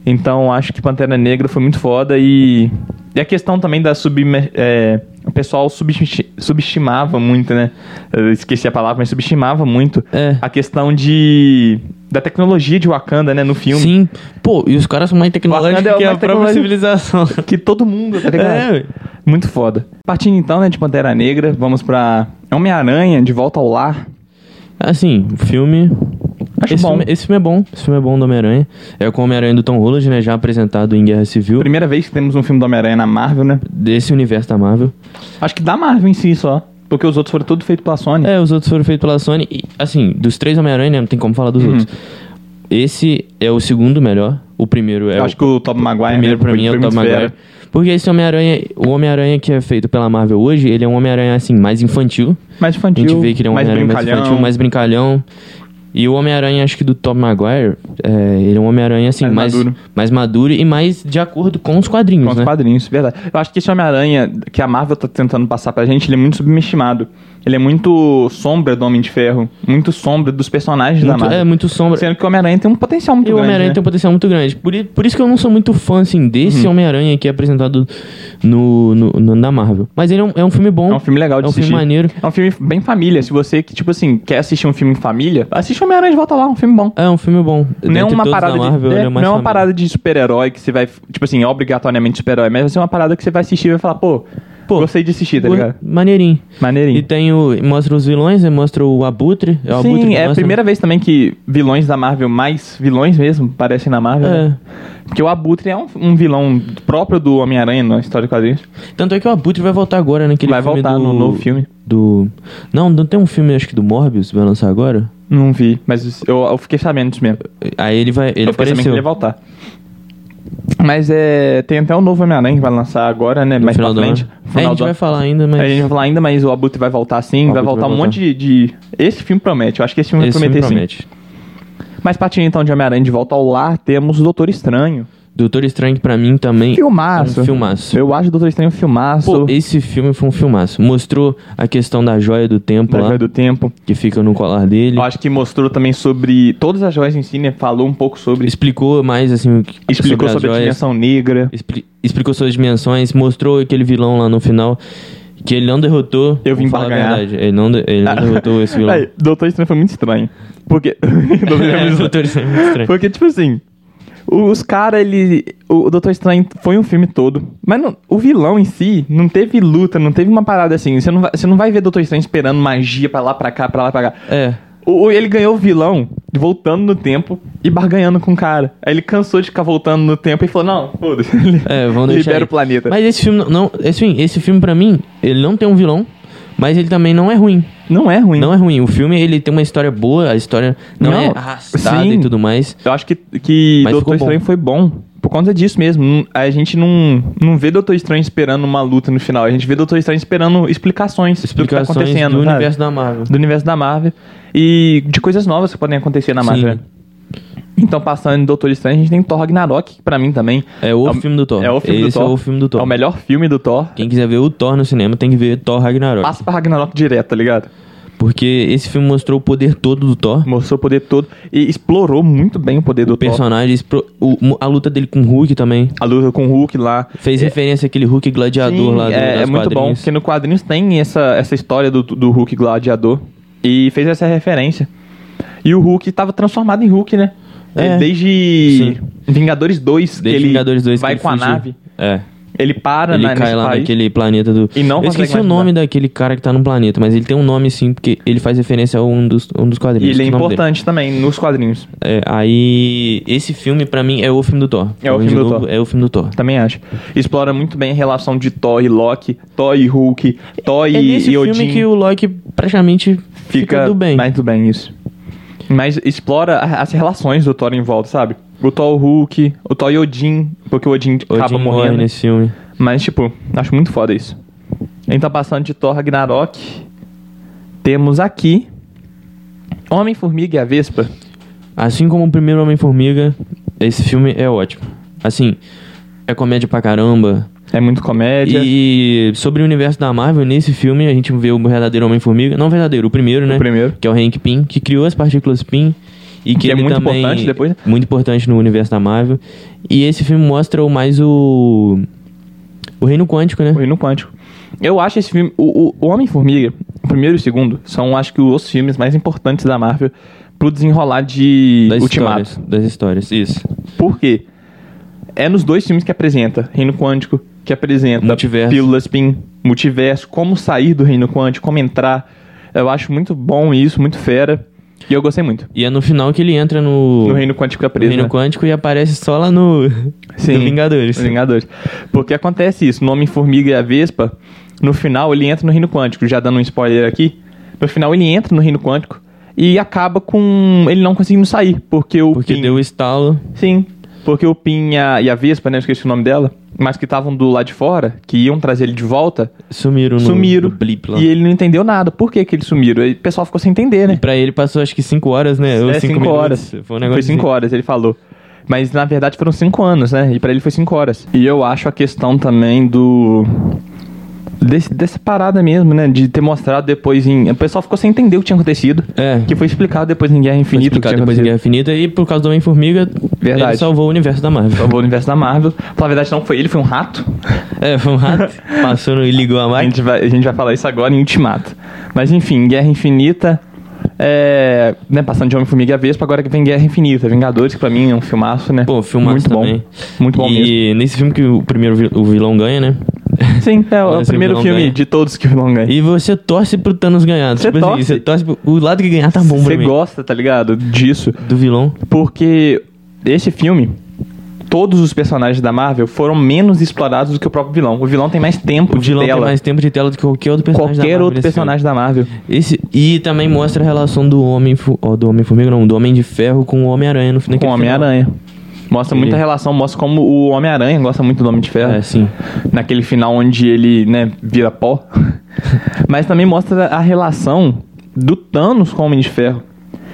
Então, acho que Pantera Negra foi muito foda e... E a questão também da subme... é, O pessoal subesti- subestimava muito, né? Eu esqueci a palavra, mas subestimava muito É. a questão de... Da tecnologia de Wakanda, né? No filme. Sim. Pô, e os caras são mais Wakanda tecnológicos é o que a mais própria tecnológico. civilização. Que todo mundo, tá ligado? É, ué. Muito foda. Partindo então, né, de Pantera Negra, vamos pra Homem-Aranha, De Volta ao Lar. Assim, o filme. Acho esse, bom. Filme, esse filme é bom. Esse filme é bom do Homem-Aranha. É com o Homem-Aranha do Tom Holland, né? Já apresentado em Guerra Civil. Primeira vez que temos um filme do Homem-Aranha na Marvel, né? Desse universo da Marvel. Acho que da Marvel em si só. Porque os outros foram todos feitos pela Sony. É, os outros foram feitos pela Sony. E, assim, dos três Homem-Aranha, né, não tem como falar Uhum. dos outros. Esse é o segundo melhor. O primeiro é Eu o acho que o Tobey Maguire. primeiro né, pra foi- mim é foi o muito Tobey Maguire. fera. Porque esse Homem-Aranha, o Homem-Aranha que é feito pela Marvel hoje, ele é um Homem-Aranha, assim, mais infantil. Mais A infantil. gente vê que ele é um mais Homem-Aranha mais brincalhão. infantil, mais brincalhão. E o Homem-Aranha, acho que do Tom Maguire, é, ele é um Homem-Aranha, assim, Mais mais, mais, maduro. maduro. e mais de acordo com os quadrinhos, Com os né? quadrinhos, verdade. Eu acho que esse Homem-Aranha que a Marvel tá tentando passar pra gente, ele é muito subestimado. Ele é muito sombra do Homem de Ferro. Muito sombra dos personagens da Muito- Marvel. é, muito sombra. Sendo que o Homem-Aranha tem um potencial muito E o grande. Homem-Aranha né? Uhum. tem um potencial muito grande. Por, i- por isso que eu não sou muito fã, assim, desse Homem-Aranha que é apresentado no, no, no- na Marvel. Mas ele é um, é um filme bom. É um filme legal de É um assistir. filme maneiro. É um filme bem família. Se você, que tipo assim, quer assistir um filme em família, assiste Homem-Aranha de Volta lá, um filme bom. É um filme bom. Não é Dentre uma todos parada da Marvel, de, ele é, é o não mais é uma famoso. parada de super-herói que você vai, tipo assim, obrigatoriamente super-herói, mas vai ser uma parada que você vai assistir e vai falar, pô, Pô, gostei de assistir, tá ligado? Maneirinho. Maneirinho. E tem o. e Mostra os vilões, né? Mostra o Abutre. É o Abutre Sim, que é a mostra- primeira vez também que vilões da Marvel, mais vilões mesmo, parecem na Marvel. É. né? Porque o Abutre é um, um vilão próprio do Homem-Aranha na história de quadrinhos. Tanto é que o Abutre vai voltar agora naquele Vai filme voltar do... no novo filme. Do. Não, não tem um filme, acho que do Morbius, vai lançar agora? Não vi, mas eu, eu fiquei sabendo disso mesmo. Aí ele vai. Ele eu fiquei sabendo que apareceu. ele ia voltar. Mas é. Tem até o novo Homem-Aranha que vai lançar agora, né? no mais final pra do frente. ano. É, a gente vai falar ainda, mas. A gente vai falar ainda, mas o Abutre vai voltar sim, O vai Abutre voltar vai um voltar. monte de, de- Esse filme promete, eu acho que esse filme Esse vai filme prometer sim. promete. Mas partindo então de Homem-Aranha de volta ao lar, temos o Doutor Estranho. Doutor Estranho, que pra mim também. Filmaço. É um filmaço. Eu acho o Doutor Estranho um filmaço. Pô, esse filme foi um filmaço. Mostrou a questão da joia do tempo da lá, Joia do Tempo. que fica no colar dele. Eu acho que mostrou também sobre todas as joias em si, né? Falou um pouco sobre. Explicou mais, assim, o que- Explicou sobre, a as joias. dimensão negra. Expli- explicou suas dimensões, mostrou aquele vilão lá no final que ele não derrotou. Eu vim Vamos para falar a ganhar. verdade, Ele não, de- ele não derrotou esse vilão. Aí, Doutor Estranho foi muito estranho. Porque. Doutor Estranho é muito Doutor Estranho é muito estranho. Porque, tipo assim. Os caras, ele. O Doutor Estranho foi um filme todo. Mas não- o vilão em si não teve luta, não teve uma parada assim. Você não vai, você não vai ver Doutor Estranho esperando magia pra lá, pra cá, pra lá, pra cá. É. O, o- ele ganhou o vilão voltando no tempo e barganhando com o cara. Aí ele cansou de ficar voltando no tempo e falou: Não, foda-se. É, vamos deixar. Libera aí. o planeta. Mas esse filme não, não- esse filme, esse filme para mim, ele não tem um vilão, mas ele também não é ruim. Não é ruim. Não é ruim. O filme ele tem uma história boa, a história não, é Não, arrastada sim. e tudo mais. Eu acho que, que Mas Doutor ficou bom. Estranho foi bom. Por conta disso mesmo. Não- A gente não, não vê Doutor Estranho esperando uma luta no final. A gente vê Doutor Estranho esperando explicações, Explicações do que tá acontecendo. do sabe? universo da Marvel. Do universo da Marvel. E de coisas novas que podem acontecer na Sim. Marvel. Então, passando em Doutor Estranho, a gente tem Thor Ragnarok, que pra mim também. É o filme do Thor. É o filme Esse do Thor. é o filme do Thor. É o melhor filme do Thor. Quem quiser ver o Thor no cinema tem que ver Thor Ragnarok. Passa pra Ragnarok direto, tá ligado? Porque esse filme mostrou o poder todo do Thor. Mostrou o poder todo e explorou muito bem o poder do O personagem, expro- o- a luta dele com o Hulk também. Thor. A luta com o Hulk lá. Fez referência àquele Hulk gladiador É. Sim, lá do, é, das é muito bom, quadrinhos. porque no quadrinhos tem essa, essa história do, do Hulk gladiador e fez essa referência. E o Hulk tava transformado em Hulk, né? É. Desde Vingadores 2, que Desde ele Vingadores 2 que vai ele com a fugiu. nave, É. ele para Ele na, cai nesse lá país. naquele planeta do. E não Eu consegue esqueci o mais nome daquele cara que tá no planeta, mas ele tem um nome sim, porque ele faz referência a um dos, um dos E quadrinhos. ele é o nome dele. importante também nos quadrinhos, É, aí. Esse filme, pra mim, é o filme do Thor. É o Falando de filme do novo, Thor. É o filme do Thor. também acho. Explora muito bem a relação de Thor e Loki, Thor e Hulk, Thor é e, nesse e filme Odin. que o Loki praticamente fica, fica do bem. mais do bem isso. Mas explora a- as relações do Thor em volta, sabe? O Thor Hulk, o Thor e Odin, porque o Odin, acaba Odin morre né? morrendo. né? nesse filme. Mas, tipo, acho muito foda isso. Então, passando de Thor Ragnarok, temos aqui Homem-Formiga e a Vespa. Assim como o primeiro Homem-Formiga, esse filme é ótimo. Assim, é comédia pra caramba. É muito comédia. E sobre o universo da Marvel, nesse filme a gente vê o verdadeiro Homem-Formiga. Não verdadeiro, o primeiro, né? O primeiro. Que é o Hank Pym, que criou as partículas Pym. E que, Que é ele muito também- importante depois, né? Muito importante no universo da Marvel. E esse filme mostra o mais o. O reino quântico, né? O Reino Quântico. Eu acho esse filme. O, o- o Homem-Formiga, o primeiro e o segundo, são acho que os filmes mais importantes da Marvel pro desenrolar de Das Ultimato. histórias. Das histórias, isso. Por quê? É nos dois filmes que apresenta Reino Quântico, que apresenta Multiverso. Pílulas Pin, Multiverso, como sair do Reino Quântico, como entrar. Eu acho muito bom isso, muito fera. E eu gostei muito. E é no final que ele entra no. No Reino Quântico é no preso. reino né? quântico e aparece só lá no. Sim. no Vingadores. Os Vingadores. Porque acontece isso, no Homem-Formiga e a Vespa, no final ele entra no Reino Quântico, já dando um spoiler aqui, no final ele entra no Reino Quântico e acaba com ele não conseguindo sair, porque o Porque Pin... deu o estalo. Sim, porque o Pin e a, e a Vespa, né, eu esqueci o nome dela, mas que estavam do lado de fora, que iam trazer ele de volta, Sumiram no, sumiram. no blip lá. E ele não entendeu nada, por que que eles sumiram? E o pessoal ficou sem entender, né? Pra ele passou acho que 5 horas, né? Ou É, cinco cinco minutos. horas. Foi um negócio. cinco horas, ele falou. Mas na verdade foram cinco anos, né? E pra ele foi cinco horas. E eu acho a questão também do. desse- dessa parada mesmo, né? De ter mostrado depois em. O pessoal ficou sem entender o que tinha acontecido. É. Que foi explicado depois em Guerra Foi Infinita. o que explicado tinha depois em acontecido. Guerra Infinita e por causa do Homem-Formiga, Verdade. ele salvou o universo da Marvel. Salvou o universo da Marvel. Na verdade, não foi ele, foi um rato. É, foi um rato, passou no- e ligou a A máquina. gente, vai, a gente vai falar isso agora em Ultimato. Mas enfim, Guerra Infinita. É, né, passando de Homem-Formiga e a Vespa, agora que vem Guerra Infinita. Vingadores, que pra mim é um filmaço, né? Pô, Muito filmaço também. bom. Muito bom e mesmo. nesse filme que o primeiro vi- o vilão ganha, né? Sim, é o Mas o primeiro vilão filme ganha. de todos que o vilão ganha. E você torce pro Thanos ganhar. Você tipo assim, torce. você torce pro... O lado que ganhar tá bom pra Você mim. gosta, tá ligado? Disso. Do vilão. Porque esse filme, todos os personagens da Marvel foram menos explorados do que o próprio vilão. O vilão tem mais tempo O de vilão tela. tem mais tempo de tela do que qualquer outro personagem da Qualquer Marvel outro nesse filme. personagem da Marvel. Esse, e também mostra a relação do homem fu- ó, do homem formiga não, do homem de ferro com o Homem-Aranha no final. Com o Homem-Aranha. Mostra Ele- muita relação, mostra como o Homem-Aranha gosta muito do Homem de Ferro. É, sim. naquele final onde ele, né, vira pó. Mas também mostra a relação do Thanos com o Homem de Ferro.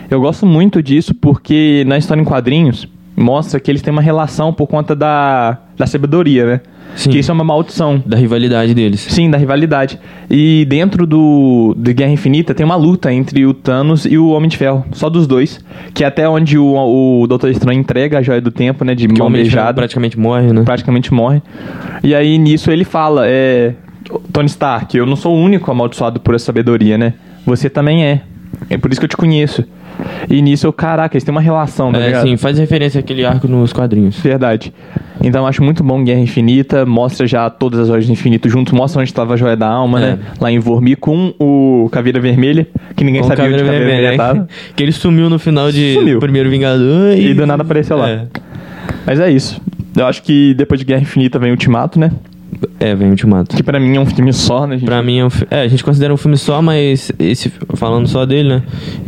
Eu gosto muito disso porque na história em quadrinhos mostra que eles têm uma relação por conta da, da sabedoria, né? Sim. Que isso é uma maldição. Da rivalidade deles. Sim, da rivalidade. E dentro do de Guerra Infinita tem uma luta entre o Thanos e o Homem de Ferro, só dos dois, que é até onde o, o Doutor Estranho entrega a joia do tempo, né, de Que o mão Homem de Ferro beijada praticamente morre, né? praticamente morre. E aí nisso ele fala, é, Tony Stark, eu não sou o único amaldiçoado por essa sabedoria, né? Você também é. É por isso que eu te conheço. E nisso eu, caraca, eles têm uma relação, tá É, ligado? sim, faz referência àquele arco nos quadrinhos. Verdade. Então eu acho muito bom Guerra Infinita, mostra já todas as joias do infinito juntos, mostra onde estava a joia da alma, né? Lá em Vormir com o Caveira Vermelha, que ninguém É. Com sabia onde Caveira o Caveira Vermelha, Vermelha né? tava. Que ele sumiu no final de Sumiu. Primeiro Vingador e... E do nada apareceu lá. É, Mas é isso. Eu acho que depois de Guerra Infinita vem Ultimato, né? é vem Ultimato. Que pra mim é um filme só, né? gente? Pra mim é um fi- É, a gente considera um filme só, mas esse, falando só dele, né?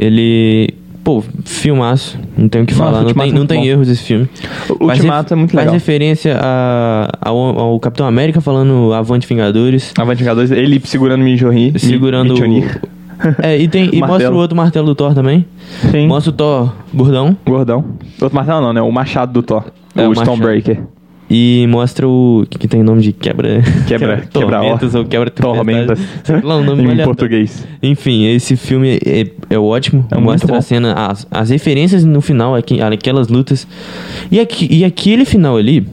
Ele. Pô, filmaço. Não tenho o que Nossa, falar. não Ultimato tem, é não muito tem bom. erros esse filme. O Faz Ultimato ref- é muito legal. Faz referência a, ao, ao Capitão América falando Avante Vingadores. Avante Vingadores, ele segurando o Mjolnir. Segurando. Mjolnir. É, e, tem, e Martelo. mostra o outro martelo do Thor também. Sim. Mostra o Thor gordão. Gordão. Outro martelo não, né? O machado do Thor. É, o o machado. Stonebreaker. E mostra o. que, que tem nome de quebra? Quebra- tormentas quebra- ou quebra Tormentas. Sei lá, o nome em aleatório. português. Enfim, esse filme é, é ótimo. É muito mostra bom. a cena, as, as referências no final, aqui, aquelas lutas. E, aqui, e aquele final ali,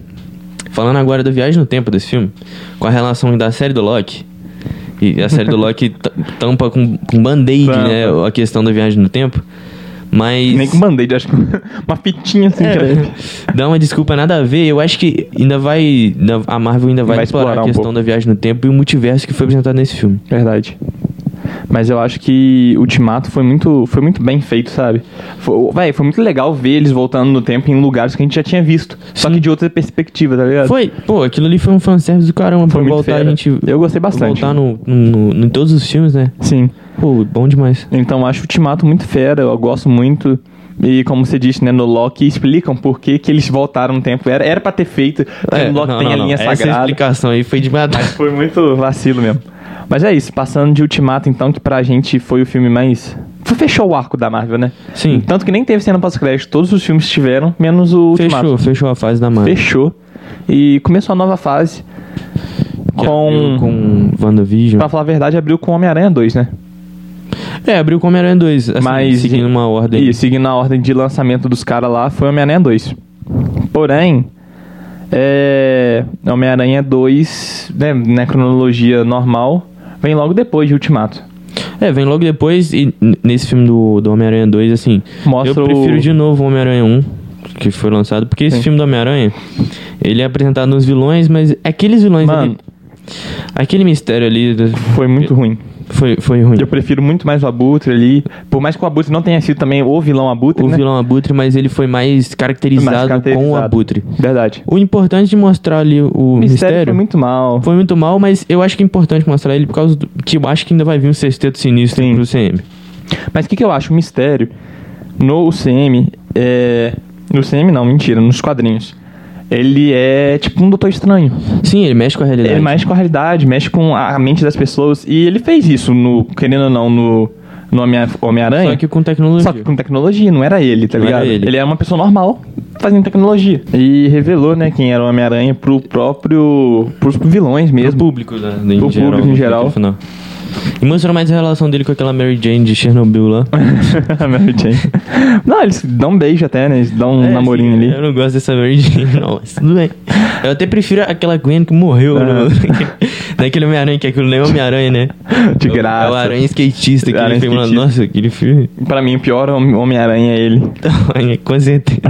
falando agora da viagem no tempo desse filme, com a relação da série do Loki. E a série do Loki t- tampa com, com band-aid, Tampa. né? A questão da viagem no tempo. Mas. Nem com band-aid, acho que uma fitinha assim, credo. É, dá uma desculpa nada a ver. Eu acho que ainda vai. ainda- A Marvel ainda vai, Vai explorar, explorar a um questão pouco. da viagem no tempo e o multiverso que foi apresentado nesse filme. Verdade. Mas eu acho que Ultimato foi muito, foi muito bem feito, sabe? Foi, véi, foi muito legal ver eles voltando no tempo em lugares que a gente já tinha visto. Só Sim. que de outra perspectiva, tá ligado? Foi, pô, aquilo ali foi um fanservice do caramba. Foi pra muito voltar fera. a gente. Eu gostei bastante. Voltar no, no, no- em todos os filmes, né? Sim. Pô, bom demais. Então acho o Ultimato muito fera, eu gosto muito. E como você disse, né, no Loki explicam por que, que eles voltaram no tempo. Era, era pra ter feito, porque É, no Loki não, tem não, a não. linha Essa sagrada. explicação aí foi de matar. Foi muito vacilo mesmo. Mas é isso, passando de Ultimato, então, que pra gente foi o filme mais. Fe- Fechou o arco da Marvel, né? Sim. Tanto que nem teve cena pós-crédito, todos os filmes tiveram, menos o Fechou, Ultimato. fechou a fase da Marvel. Fechou. E começou a nova fase. com- que Tá. abriu com WandaVision. Pra falar a verdade, abriu com Homem-Aranha 2, né? É, abriu com Homem-Aranha 2, assim, Mas- seguindo uma ordem. E seguindo a ordem de lançamento dos caras lá, foi Homem-Aranha 2. Porém, é, Homem-Aranha 2, né, na cronologia normal, vem logo depois de Ultimato. É, vem logo depois e n- nesse filme do, do Homem-Aranha 2, assim, Mostra eu prefiro o... de novo o Homem-Aranha 1, que foi lançado, porque esse Sim. filme do Homem-Aranha, ele é apresentado nos vilões, mas aqueles vilões Mano. ali, aquele mistério ali do- Foi muito ruim. foi, foi ruim. Eu prefiro muito mais o Abutre ali. Por mais que o Abutre não tenha sido também o vilão Abutre, O né? vilão Abutre, mas ele foi mais caracterizado, Mais com caracterizado. o Abutre. Verdade. O importante de mostrar ali o O mistério, mistério foi muito mal. Foi muito mal, mas eu acho que é importante mostrar ele por causa do, que eu acho que ainda vai vir um sexteto sinistro Sim. pro CM. Mas o que, que eu acho? O mistério no UCM é. No UCM não, mentira, nos quadrinhos. Ele é tipo um doutor estranho. Sim, ele mexe com a realidade. Ele mexe com a realidade, mexe com a a mente das pessoas. E ele fez isso, no, querendo ou não, no, no Homem- Homem-Aranha. Só que com tecnologia. Só que com tecnologia, não era ele, tá Não ligado? era ele. ele era uma pessoa normal, fazendo tecnologia. E revelou, né, quem era o Homem-Aranha pro próprio. pros vilões Pro mesmo. público, né? em Pro geral, público em no geral. final. E mostrou mais a relação dele com aquela Mary Jane de Chernobyl lá. Mary Jane. Não, eles dão um beijo até, né? Eles dão um É, namorinho assim, ali. Eu não gosto dessa Mary Jane, não, mas tudo bem. Eu até prefiro aquela Gwen que morreu Ah. no- naquele Homem-Aranha, que aquilo nem é Homem-Aranha, né? De É o- É o graça. Aranha Skatista, aquele Aranha filme lá. skatista. Nossa, aquele filme. é Pra mim, o pior Home- Homem-Aranha é ele. com certeza.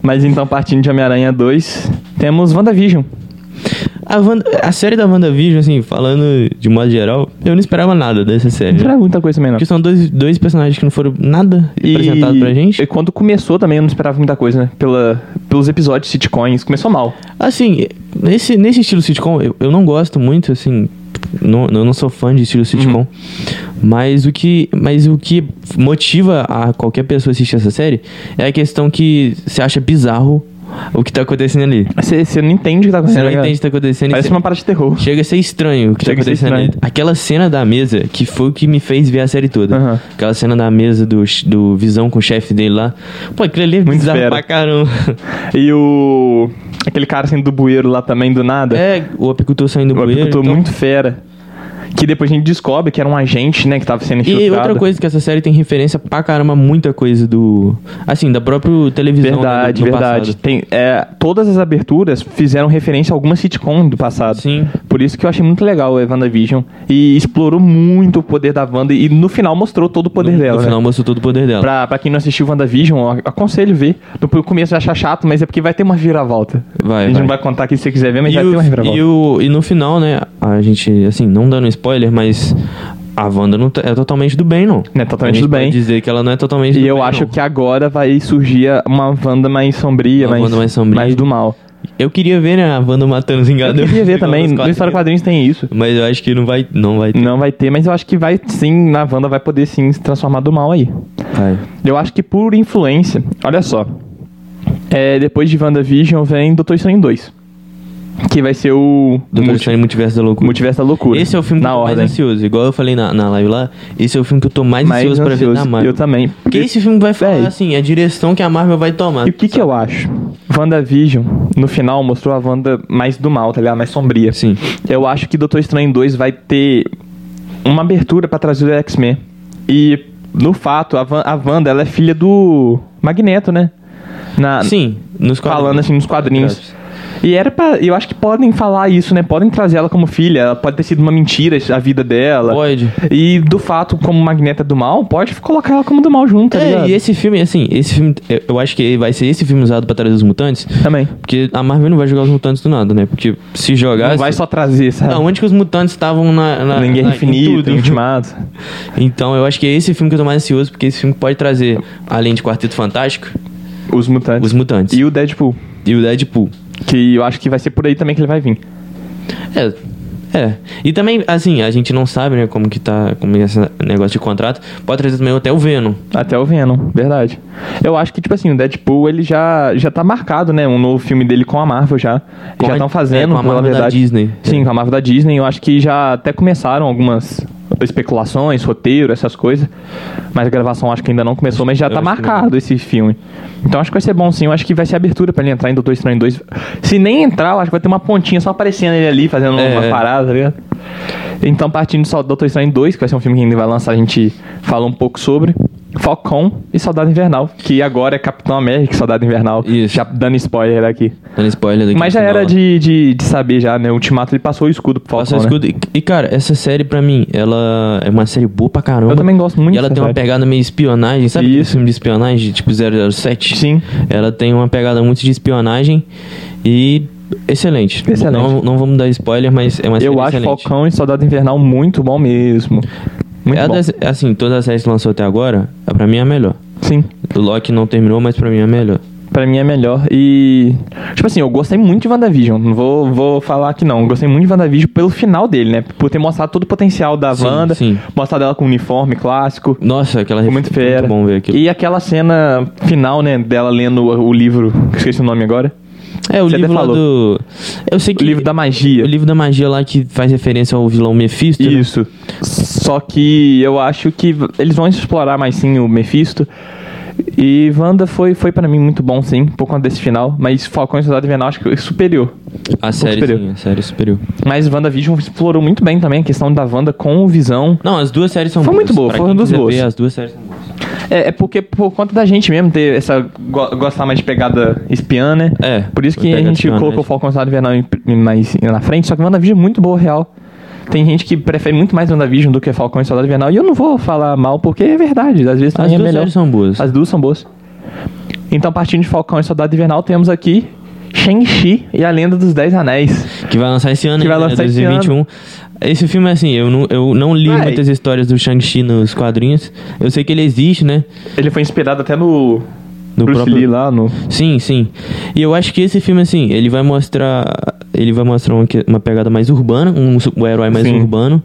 Mas então, partindo de Homem-Aranha 2, temos WandaVision. A, Wanda- a série da WandaVision, assim, falando de modo geral, eu não esperava nada dessa série. Não né? esperava é muita coisa também, não. Porque são dois, dois personagens que não foram nada apresentados pra gente. E quando começou também, eu não esperava muita coisa, né? Pela, pelos episódios sitcoms, começou mal. Assim, nesse, nesse estilo sitcom, eu, eu não gosto muito, assim. Não, eu não sou fã de estilo sitcom. Uhum. Mas, o que, mas o que motiva a qualquer pessoa assistir essa série é a questão que você acha bizarro o que tá acontecendo ali. Você você não entende o que tá Você acontecendo. não né, entende o que cara? tá acontecendo. e Parece você- uma parada de terror. Chega a ser estranho o que Chega a tá ser acontecendo ali. estranho. Aquela cena da mesa, que foi o que me fez ver a série toda. Aham. Aquela cena da mesa do, do Visão com o chefe dele lá. Pô, aquilo ali é Muito bizarro fera. pra caramba. E o. Aquele cara saindo do bueiro lá também, do nada. É, o apicultor saindo do eu banheiro. tô então. muito fera. Que depois a gente descobre que era um agente, né? Que tava sendo infiltrado. E outra coisa que essa série tem referência pra caramba, muita coisa do. Assim, da própria televisão. né, do- Verdade, do verdade. passado. Tem, é, todas as aberturas fizeram referência a alguma sitcom do passado. Sim. Por isso que eu achei muito legal o WandaVision. E explorou muito o poder da Wanda. E no final mostrou todo o poder no, dela. No né? final mostrou todo o poder dela. Pra, pra quem não assistiu WandaVision, eu ac- aconselho ver. No começo vai achar chato, mas é porque vai ter uma viravolta. Vai, a gente vai. não vai contar aqui se você quiser ver, mas E vai ter uma o, viravolta. e, o- e no final, né? A gente, assim, não dando spoiler, mas a Wanda não tá- é totalmente do bem, não. Não é totalmente A gente do bem. pode dizer que ela não é totalmente do E bem. eu acho não. que agora vai surgir uma Wanda mais sombria, Uma mais, Wanda mais sombria. do mal. Eu queria ver, né, a Wanda matando os Eu Vingadores. queria ver igual também, nos no História Hum. Quadrinhos tem isso. Mas eu acho que não vai, não vai ter. Não vai ter, mas eu acho que vai sim, na Wanda vai poder sim se transformar do mal aí. Vai. Eu acho que por influência, olha só. É, depois de WandaVision vem Doutor Estranho 2. Que vai ser o Doutor multi- Estranho Multiverso da Loucura. Multiverso da Loucura. Esse é o filme que eu na tô ordem. mais ansioso. Igual eu falei na, na live lá, esse é o filme que eu tô mais, Mais ansioso, pra ver ansioso. da Marvel. Eu também. Porque esse filme vai falar, Véi. assim, a direção que a Marvel vai tomar. E o que que eu acho? WandaVision, no final, mostrou a Wanda mais do mal, tá ligado? Mais sombria. Sim. Eu acho que Doutor Estranho 2 vai ter uma abertura pra trazer o X-Men. E, no fato, a, Van, a Wanda, ela é filha do Magneto, né? Na- Sim, nos quadrinhos. Falando assim, nos quadrinhos. E era pra. Eu acho que podem falar isso, né? Podem trazer ela como filha. Ela pode ter sido uma mentira a vida dela. Pode. É, E do fato, como Magneto é do mal, pode colocar ela como do mal junto, tá É, ligado? e esse filme, assim, esse filme, eu- eu acho que vai ser esse filme usado pra trazer os mutantes. Também. Porque a Marvel não vai jogar os mutantes do nada, né? Porque se jogasse... Não vai só trazer, sabe? Não, onde que os mutantes estavam na, na... Ninguém na, é Ah, em tudo? infinito, intimado. Então, eu acho que é esse filme que eu tô mais ansioso, porque esse filme pode trazer, além de Quarteto Fantástico, Os mutantes. os mutantes. E o Deadpool. E o Deadpool. Que eu acho que vai ser por aí também que ele vai vir. É. É. E também, assim, a gente não sabe, né, como que tá, como é esse negócio de contrato. Pode trazer também até o Venom. Até o Venom, verdade. Eu acho que, tipo assim, o Deadpool, ele já, já tá marcado, né? Um novo filme dele com a Marvel já. Com já a- estão fazendo, é, com a pela Marvel da verdade. Disney. É. Sim, com a Marvel da Disney. Eu acho que já até começaram algumas especulações, roteiro, essas coisas. Mas a gravação acho que ainda não começou, mas já Eu tá acho que não. marcado esse filme. Então acho que vai ser bom sim. Eu acho que vai ser abertura pra ele entrar em Doutor Estranho 2. Se nem entrar, eu acho que vai ter uma pontinha só aparecendo ele ali, fazendo É, uma é. parada, tá ligado? Então, partindo só do Doutor Estranho 2, que vai ser um filme que ainda vai lançar, a gente fala um pouco sobre. Falcão e Saudade Invernal, que agora é Capitão América e Saudade Invernal. Isso. Já dando spoiler aqui. Dando spoiler daqui Mas já no era final. de, de, de saber já, né? O Ultimato ele passou o escudo pro Falcão, Passou né? escudo. E, e, cara, essa série pra mim, ela é uma série boa pra caramba. Eu também gosto muito E ela dessa tem uma série. pegada meio espionagem, sabe? Isso. Isso. filme de espionagem, tipo 007. Sim. Ela tem uma pegada muito de espionagem e excelente. Excelente. Não, não vamos dar spoiler, mas é uma série Eu acho excelente. Falcão e Soldado Invernal muito bom mesmo. Muito é bom. das- assim, todas as séries que lançou até agora, a- pra mim é a melhor. Sim, O Loki não terminou, mas pra mim é a melhor. pra mim é melhor. E. Tipo assim, eu gostei muito de WandaVision. Não vou, vou falar que não. Eu Gostei muito de WandaVision pelo final dele, né? Por ter mostrado todo o potencial da Sim, Wanda. sim. Mostrado ela com uniforme clássico. Nossa, aquela é Foi muito fera. Muito bom ver aquilo. E aquela cena final, né? Dela lendo o, o livro. que eu Esqueci o nome agora. É, o Você até livro lá falou. do. Eu sei O que. livro da magia. o livro da magia lá que faz referência ao vilão Mephisto. né? Isso. Só que eu acho que v- eles vão explorar mais sim o Mephisto. E Wanda foi, foi para mim muito bom, sim, por conta desse final. Mas Falcão e Soldado Invernal acho que é superior. A série, superior. sim, a série superior. Mas WandaVision explorou muito bem também a questão da Wanda com o Visão. Não, as duas séries são Foi boas. muito boa, Pra foram quem duas quiser boas. ver, as duas séries são boas. É, é porque por conta da gente mesmo ter essa. go- gostar mais de pegada espiã, né? É, Por isso que a pegada gente espiã, né? colocou o Falcão e Soldado Invernal em pr- mais na frente. Só que WandaVision é muito boa, real. Tem gente que prefere muito mais WandaVision do que Falcão e Soldado Invernal. E eu não vou falar mal, porque é verdade. Às vezes As também é duas melhor. séries são boas. As duas são boas. Então, partindo de Falcão e Soldado Invernal, temos aqui Shang-Chi e a Lenda dos Dez Anéis. Que vai lançar esse ano, Que vai ainda, né, lançar esse É, 2021. Esse filme, assim, eu não, eu não li Vai. muitas histórias do Shang-Chi nos quadrinhos. Eu sei que ele existe, né? Ele foi inspirado até no, No Bruce próprio- Lee lá, no... Sim, sim. E eu acho que esse filme, assim, ele vai mostrar. Ele vai mostrar uma, que- uma pegada mais urbana, um, su- um herói mais Sim. urbano.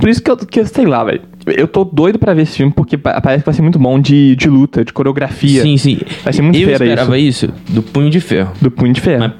Por isso que eu, que eu sei lá, velho. Eu tô doido pra ver esse filme, porque pa- parece que vai ser muito bom de, de luta, de coreografia. Sim, sim. Vai ser muito eu fera esperava isso. do Punho de Ferro. Do Punho de Ferro. Mas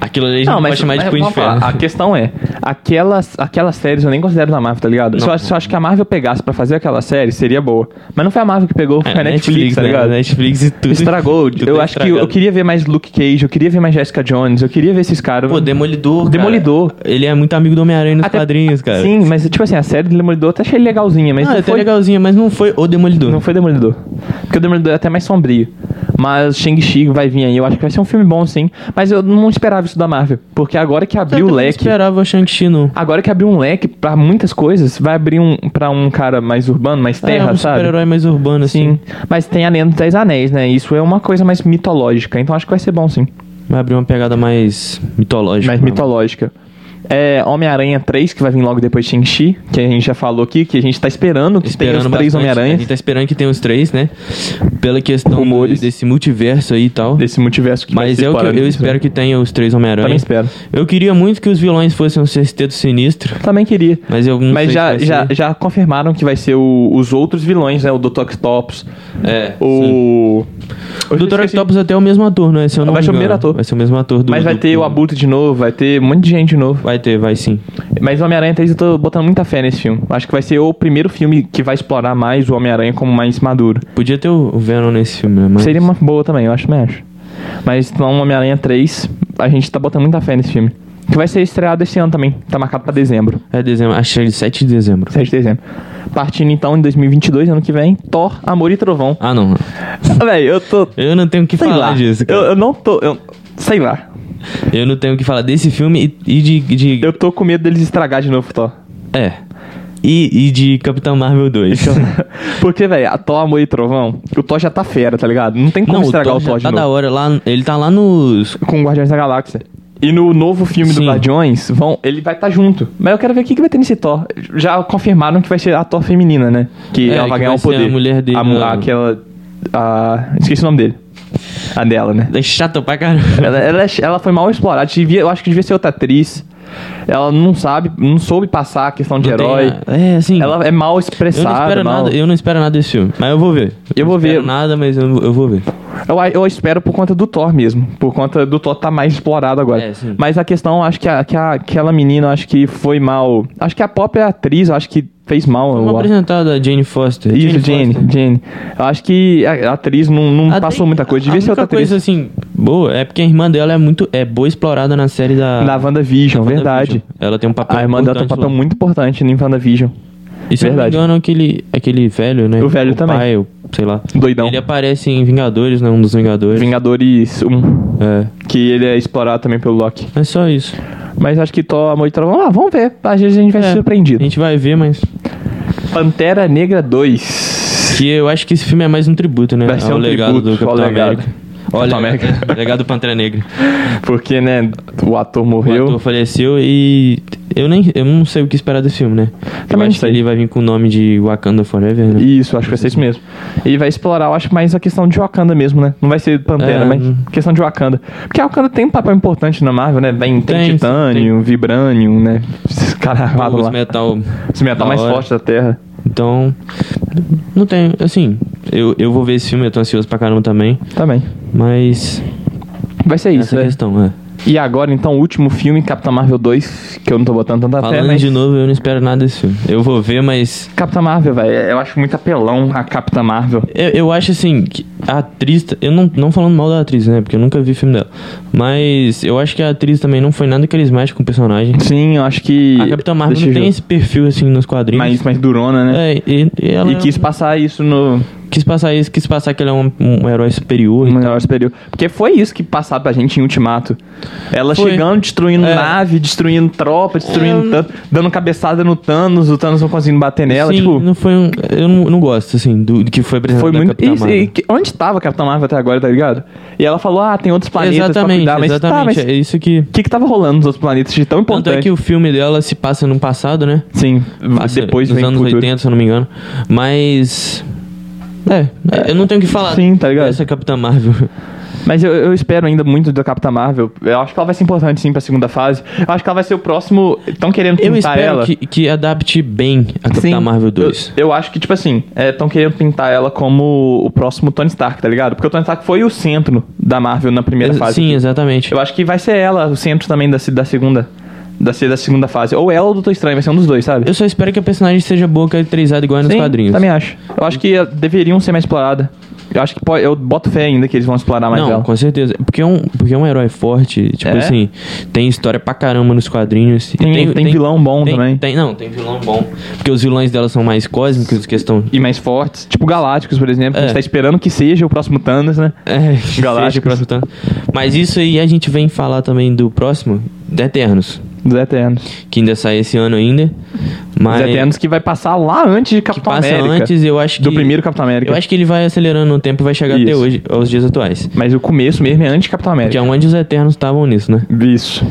aquilo ali a gente não, pode chamar de Punho de vamos Ferro. falar, A questão é, aquelas, aquelas séries eu nem considero da Marvel, tá ligado? Se eu, se eu acho que a Marvel pegasse pra fazer aquela série, seria boa. Mas não foi a Marvel que pegou, foi É, a Netflix, tá né? ligado? Netflix e tudo. Estragou. Tudo eu tá acho que eu- eu estragado. queria ver mais Luke Cage, eu queria ver mais Jessica Jones, eu queria ver esses caras. Pô, Demolidor. cara. Demolidor. Ele é muito amigo do Homem-Aranha nos Até- quadrinhos, cara. Sim, mas tipo assim, a série do Demolidor eu até achei legalzinha, mas Ah, não, até foi, legalzinho, mas não foi o Demolidor. não foi Demolidor. Porque o Demolidor é até mais sombrio. Mas Shang-Chi vai vir aí, eu acho que vai ser um filme bom sim. Mas eu não esperava isso da Marvel, porque agora que Eu abriu o não leque. esperava o Shang-Chi, não. Agora que abriu um leque pra muitas coisas, vai abrir um para um cara mais urbano, mais terra, é um sabe? super-herói mais urbano, assim. Sim, mas tem a Lenda dos Dez Anéis, né? Isso é uma coisa mais mitológica, então acho que vai ser bom sim. Vai abrir uma pegada mais mitológica. mais né? mitológica. É Homem-Aranha 3, que vai vir logo depois de Shang-Chi, que a gente já falou aqui, que a gente tá esperando que tenha os três bastante. A gente Homem-Aranhas tá esperando que tenha os três, né? Pela questão Rumores. do- desse multiverso aí e tal. desse multiverso que vai Mas ser é o que eu, explorado eu nesse espero filme. que tenha os três Homem-Aranha. Também espero. Eu queria muito que os vilões fossem um sexteto sinistro, Também queria. mas eu não Mas sei já, se vai já, ser. já confirmaram que vai ser o- os outros vilões, né? O Dr. Octopus, É, sim. o... O Eu Dr. esqueci. Octopus até é o mesmo ator, né? Se eu não Vai me ser o primeiro engano. ator. Vai ser o mesmo ator do... Mas vai do- ter o do- Abutre de novo, vai ter um monte de gente de novo. Vai ter, vai sim. Mas o Homem-Aranha 3 eu tô botando muita fé nesse filme. Acho que vai ser o primeiro filme que vai explorar mais o Homem-Aranha como mais maduro. Podia ter o o Venom nesse filme, né? Mas... Seria uma boa também, eu acho, também acho. Mas não Homem-Aranha 3, a gente tá botando muita fé nesse filme. Que vai ser estreado esse ano também. Tá marcado pra dezembro. É dezembro, acho que é de 7 de dezembro. 7 de dezembro. Partindo então em 2022, ano que vem, Thor, Amor e Trovão. Ah, não. Véi, eu tô... Eu não tenho o que Sei falar lá. disso, eu, cara. eu não tô... Eu, sei lá. Eu... não tenho o que falar desse filme e, e de... de... Eu tô com medo deles estragar de novo Thor. É. E, e de Capitão Marvel 2. Porque, velho, a Thor, Amor e Trovão, o Thor já tá fera, tá ligado? Não tem como não, o estragar Thor o Thor já de tá novo. da hora lá. Ele tá lá nos... com Guardiões da Galáxia. E no novo filme do Sim. Guardiões, vão, ele vai estar junto. Mas eu quero ver o que, que vai ter nesse Thor. Já confirmaram que vai ser a Thor feminina, né? Que É, ela que vai ganhar vai o ser poder. a mulher dele, A mu- né? aquela. a- esqueci o nome dele. A dela, né? É chato pra caramba. Ela, ela, é ch- ela foi mal explorada. Devia, eu acho que devia ser outra atriz. Ela não sabe, não soube passar a questão de Não tem herói. nada. É, assim... Ela é mal Eu não, expressada. espero mal- nada, eu não espero nada desse filme, mas eu vou ver. Eu vou não espero ver. nada, mas eu, eu vou ver. Eu, eu espero por conta do Thor mesmo. Por conta do Thor tá mais explorado agora. É, sim. Mas a questão, eu acho que, a, que a- aquela menina, eu acho que foi mal. Acho que a própria atriz, eu acho que fez mal. Vamos eu- apresentar da Jane Foster. Isso, Jane, Foster. Jane. Eu acho que a a atriz não, não A passou Jane- muita coisa. Devia a ser outra única coisa, atriz. assim, boa, é porque a irmã dela é muito... É boa explorada na série da... Na WandaVision, verdade. WandaVision. Ela tem um papel A irmã dela tem um importante papel lá. muito importante no WandaVision. E se eu não me verdade. engano, aquele, aquele velho, né? O velho também. Pai, o, sei lá. Doidão. Ele é aparece em Vingadores, né? Um dos Vingadores. Vingadores 1. É. Que ele é explorado também pelo Loki. É só isso. Mas acho que Thor, Amor e Trovão... Ah, vamos ver. Às vezes a gente vai ser É, A surpreendido. gente vai ver, mas... Pantera Negra 2. Que eu acho que esse filme é mais um tributo, né? Vai ser ao um legado tributo do Capitão ao legado. América. Olha, Capitão América. é, legado do Pantera Negra. Porque, né, o ator O morreu. ator faleceu e eu nem eu não sei o que esperar desse filme, né? eu Também acho não sei. que ele vai vir com o nome de Wakanda Forever, né? Isso, acho que vai ser isso mesmo. E vai explorar, eu acho, mais a questão de Wakanda mesmo, né? Não vai ser Pantera, É, mas hum. questão de Wakanda. Porque a Wakanda tem um papel importante na Marvel, né? Tem, tem, Tem, Titânio, Vibranium, né? Esses caras lá. Os metal. Esse metal da mais hora. forte da Terra. Então, não tem, assim, eu, eu vou ver esse filme, eu tô ansioso pra caramba também, Também. mas Vai ser isso, essa né? questão, é. E agora, então, o último filme, Capitã Marvel 2, que eu não tô botando tanta fé, Falando mas... de novo, eu não espero nada desse filme. Eu vou ver, mas Capitã Marvel, velho, eu acho muito apelão a Capitã Marvel. Eu, eu acho assim, que a atriz. Eu não, não falando mal da atriz, né? Porque eu nunca vi filme dela. Mas eu acho que a atriz também não foi nada carismática com o personagem. Sim, eu acho que... A Capitã Marvel Deixa não eu tem ver. esse perfil assim nos quadrinhos. mais, mais durona, né? É, e, e ela E quis passar isso no... quis passar isso, quis passar que ela é um, um herói superior. O melhor superior. Porque foi isso que passava pra gente em Ultimato. Ela Foi. chegando, destruindo É. nave, destruindo tropa, destruindo É. tanto, dando cabeçada no Thanos, o Thanos não conseguindo bater nela. Sim, tipo, não foi um, eu não, não gosto, assim, do, do que foi apresentado foi da muito. Capitã Isso, Marvel. e que- onde tava a Capitã Marvel até agora, tá ligado? E ela falou: ah, tem outros planetas pra exatamente, cuidar, mas exatamente. tá, mas É isso que. o que, que tava rolando nos outros planetas de tão Tanto importante? é que o filme dela se passa no passado, né? Sim, Passa depois nos vem anos o futuro. 80, se eu não me engano. Mas. É, eu não tenho o que falar. Sim, tá ligado? Essa é a Capitã Marvel. Mas eu, eu espero ainda muito da Capitã Marvel. Eu acho que ela vai ser importante sim pra segunda fase. Eu acho que ela vai ser o próximo. Estão querendo pintar Eu espero Tá ela. Que, que adapte bem a Capitã Sim. Marvel 2. Eu, eu acho que, tipo assim, estão querendo pintar ela como o próximo Tony Stark, tá ligado? Porque o Tony Stark foi o centro da Marvel na primeira Ex- fase. Sim, exatamente. Eu acho que vai ser ela o centro também da, se- da segunda. Da, se- da segunda fase. Ou ela ou o Doutor Estranho, vai ser um dos dois, sabe? Eu só espero que a personagem seja boa, caracterizada igual é nos Sim, quadrinhos. Também acho. Eu acho que eh, deveriam ser mais explorada. Eu acho que pode, eu boto fé ainda que eles vão explorar mais Não, ela. com certeza. Porque é, um, porque é um herói forte, tipo É? assim, tem história pra caramba nos quadrinhos. E Tem- tem vilão bom tem- também. Tem, não, tem vilão bom. Porque os vilões dela são mais cósmicos, questão. E mais fortes. Tipo Galácticos, por exemplo. A É. gente tá esperando que seja o próximo Thanos, né? É, que Galácticos. seja o próximo tanto. Mas isso aí a gente vem falar também do próximo, da Eternos. Dos Eternos. Que ainda sai esse ano ainda. Mas Os Eternos que vai passar lá antes de Capitão passa América. antes, eu acho que. Do primeiro Capitão América. Eu acho que ele vai acelerando o tempo e vai chegar até Isso. hoje, aos dias atuais. Mas o começo mesmo é anti-Capitão Que é América. onde os Eternos estavam nisso, né? Isso.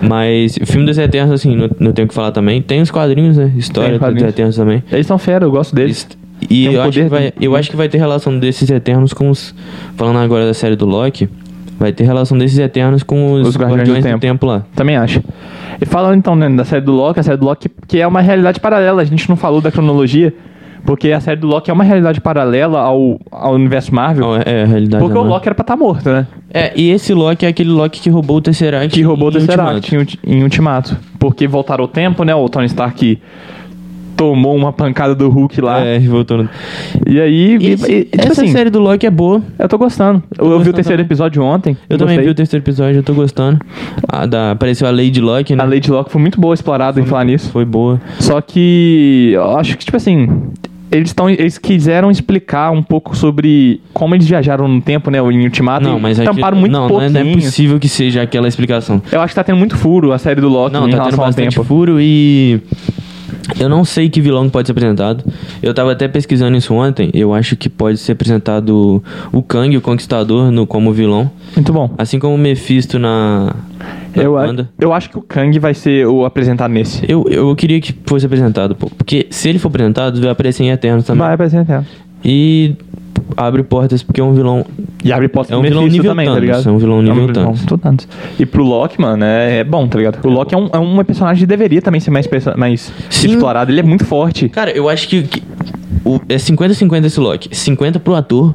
Mas o filme dos Eternos, assim, não, não tenho o que falar também. Tem os quadrinhos, né? História Tem quadrinhos. dos Eternos também. Eles são fera, eu gosto deles. Est- E Tem um eu, acho que poder- vai, eu acho que vai ter relação desses Eternos com os. Falando agora da série do Loki, vai ter relação desses Eternos com os, Os Guardiões do Tempo. lá. Também acho. E falando então né, da série do Loki, a série do Loki que é uma realidade paralela, a gente não falou da cronologia, porque a série do Loki é uma realidade paralela ao, ao universo Marvel, Não, é, é a realidade. porque da o Marvel. Loki era pra estar morto, né? É, e esse Loki é aquele Loki que roubou o Tesseract. Que roubou o em Tesseract Ultimato. em, ulti- em Ultimato. Porque voltaram o tempo, né? O Tony Stark tomou uma pancada do Hulk lá. É, voltando. E aí, Ah. e- Esse- e, tipo essa assim, série do Loki é boa. eu tô gostando. Eu, vi o gostando terceiro também. episódio ontem. Eu também gostei. vi o terceiro episódio, eu tô gostando. A da, apareceu a Lady Locke, né? A Lady Locke foi muito boa explorada em falar nisso. Foi boa. Só que eu acho que, tipo assim, eles, tão, eles quiseram explicar um pouco sobre como eles viajaram no tempo, né? Em Ultimato. não, e mas aqui- tamparam muito não, não é, pouquinho. não é possível que seja aquela explicação. Eu acho que tá tendo muito furo a série do Loki Não, em tá tendo relação ao bastante tempo. furo e. Eu não sei que vilão que pode ser apresentado. Eu tava até pesquisando isso ontem. Eu acho que pode ser apresentado o Kang, o Conquistador, no, como vilão. Muito bom. Assim como o Mephisto na. na Eu, a- Wanda. eu acho que o Kang vai ser o apresentado nesse. Eu, eu queria que fosse apresentado, pô. Porque se ele for apresentado, vai aparecer em Eternos também. Vai apresentar. E abre portas, porque é um vilão. E abre porta É um pro vilão Mephisto nível também, tá Thanos, ligado? é um vilão nível Thanos. do Thanos. E pro Loki, mano, é, é bom, tá ligado? O Loki é um, é um personagem que deveria também ser mais, perso- mais Sim. explorado. Ele é muito forte. Cara, eu acho que. que o, é 50-50 esse Loki. 50 pro ator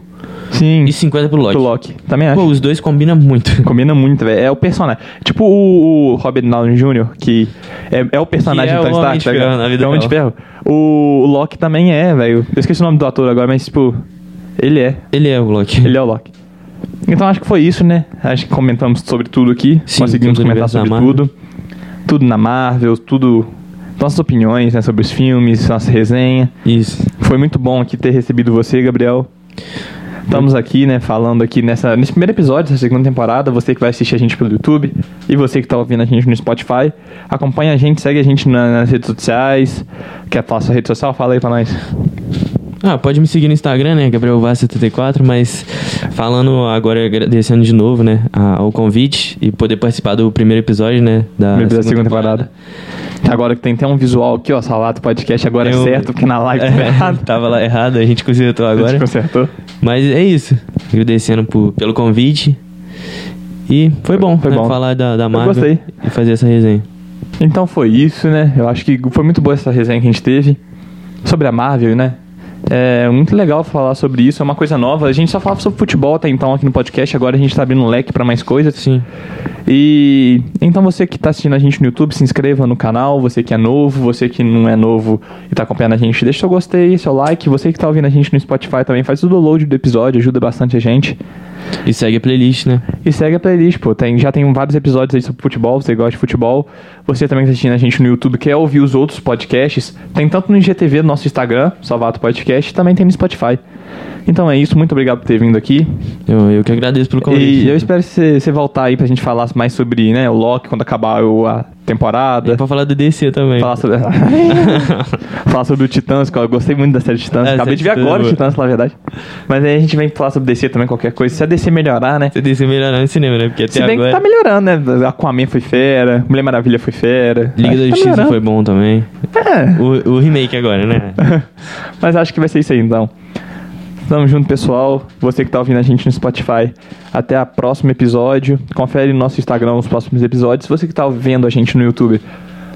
Sim. e 50 pro Loki. Do Loki. Também acho. é Pô, os dois combinam muito. Combina muito, velho. É o personagem. Tipo o, o Robert Downey Jr., que é, é o personagem Que é do Tony o Stark, Homem de tá ligado? Ferro na vida É o Homem de ferro. O, o Loki também é, velho. Eu esqueci o nome do ator agora, mas, tipo, ele é. Ele é o Loki. Ele é o Loki. Então acho que foi isso, né? Acho que comentamos sobre tudo aqui. Sim, Conseguimos tudo no comentar universo da sobre Marvel. tudo. Tudo na Marvel, tudo. Nossas opiniões, né? Sobre os filmes, nossa resenha. Isso. Foi muito bom aqui ter recebido você, Gabriel. Estamos aqui, né, falando aqui nessa, nesse primeiro episódio dessa segunda temporada. Você que vai assistir a gente pelo YouTube e você que está ouvindo a gente no Spotify. Acompanha a gente, segue a gente na- nas redes sociais. Quer falar sua rede social? Fala aí pra nós. Ah, pode me seguir no Instagram, né? Gabriel Vaz 74, mas falando agora, agradecendo de novo, né, a- ao convite e poder participar do primeiro episódio, né? Da Primeiro da Ah, segunda temporada. Agora que tem até um visual aqui, ó, Salato Podcast agora é Eu- certo, porque na live tá É, errado. é. tava lá errado, a gente consertou A gente agora. consertou. Mas é isso. Agradecendo por- pelo convite. E foi bom, Foi né, bom. falar da, da Marvel gostei. e fazer essa resenha. Então foi isso, né? Eu acho que foi muito boa essa resenha que a gente teve sobre a Marvel, né? É muito legal falar sobre isso, é uma coisa nova. A gente só falava sobre futebol até então aqui no podcast, agora a gente tá abrindo um leque pra mais coisas. Sim. E então você que tá assistindo a gente no YouTube, se inscreva no canal, você que é novo, você que não é novo e tá acompanhando a gente, deixa seu gostei, seu like, você que tá ouvindo a gente no Spotify também, faz o download do episódio, ajuda bastante a gente. E segue a playlist, né? E segue a playlist, pô. Tem, já tem vários episódios aí sobre futebol, você gosta de futebol. Você também que tá assistindo a gente no YouTube, quer ouvir os outros podcasts, tem tanto no IGTV, no nosso Instagram, Salvato Podcast, e também tem no Spotify. Então é isso, muito obrigado por ter vindo aqui. Eu, eu que agradeço pelo convite. E eu espero você você voltar aí pra gente falar mais sobre né, o Loki quando acabar o- a temporada. E pra falar do DC também. Falar sobre. falar sobre o Titãs, que eu gostei muito da série Titãs. É, Acabei série de ver Titãs, agora o boa. Titãs, na verdade. Mas aí a gente vem falar sobre DC também, qualquer coisa. Se a DC melhorar, né? Se DC melhorar é no cinema, né? Porque até Se bem agora. que tá melhorando, né? Aquaman foi fera, Mulher Maravilha foi fera. Acho Liga da que tá Justiça melhorando. foi bom também. É, O, o remake agora, né? mas acho que vai ser isso aí, então. Tamo junto, pessoal. Você que tá ouvindo a gente no Spotify, até o próximo episódio. Confere no nosso Instagram os próximos episódios. Você que tá vendo a gente no YouTube,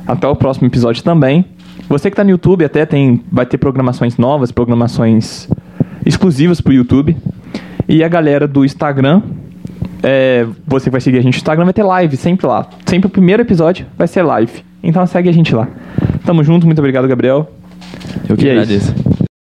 até o próximo episódio também. Você que tá no YouTube, até tem, vai ter programações novas, programações exclusivas pro YouTube. E a galera do Instagram, É, você que vai seguir a gente no Instagram vai ter live sempre lá. Sempre o primeiro episódio vai ser live. Então segue a gente lá. Tamo junto, muito obrigado, Gabriel. Eu que E é isso. agradeço.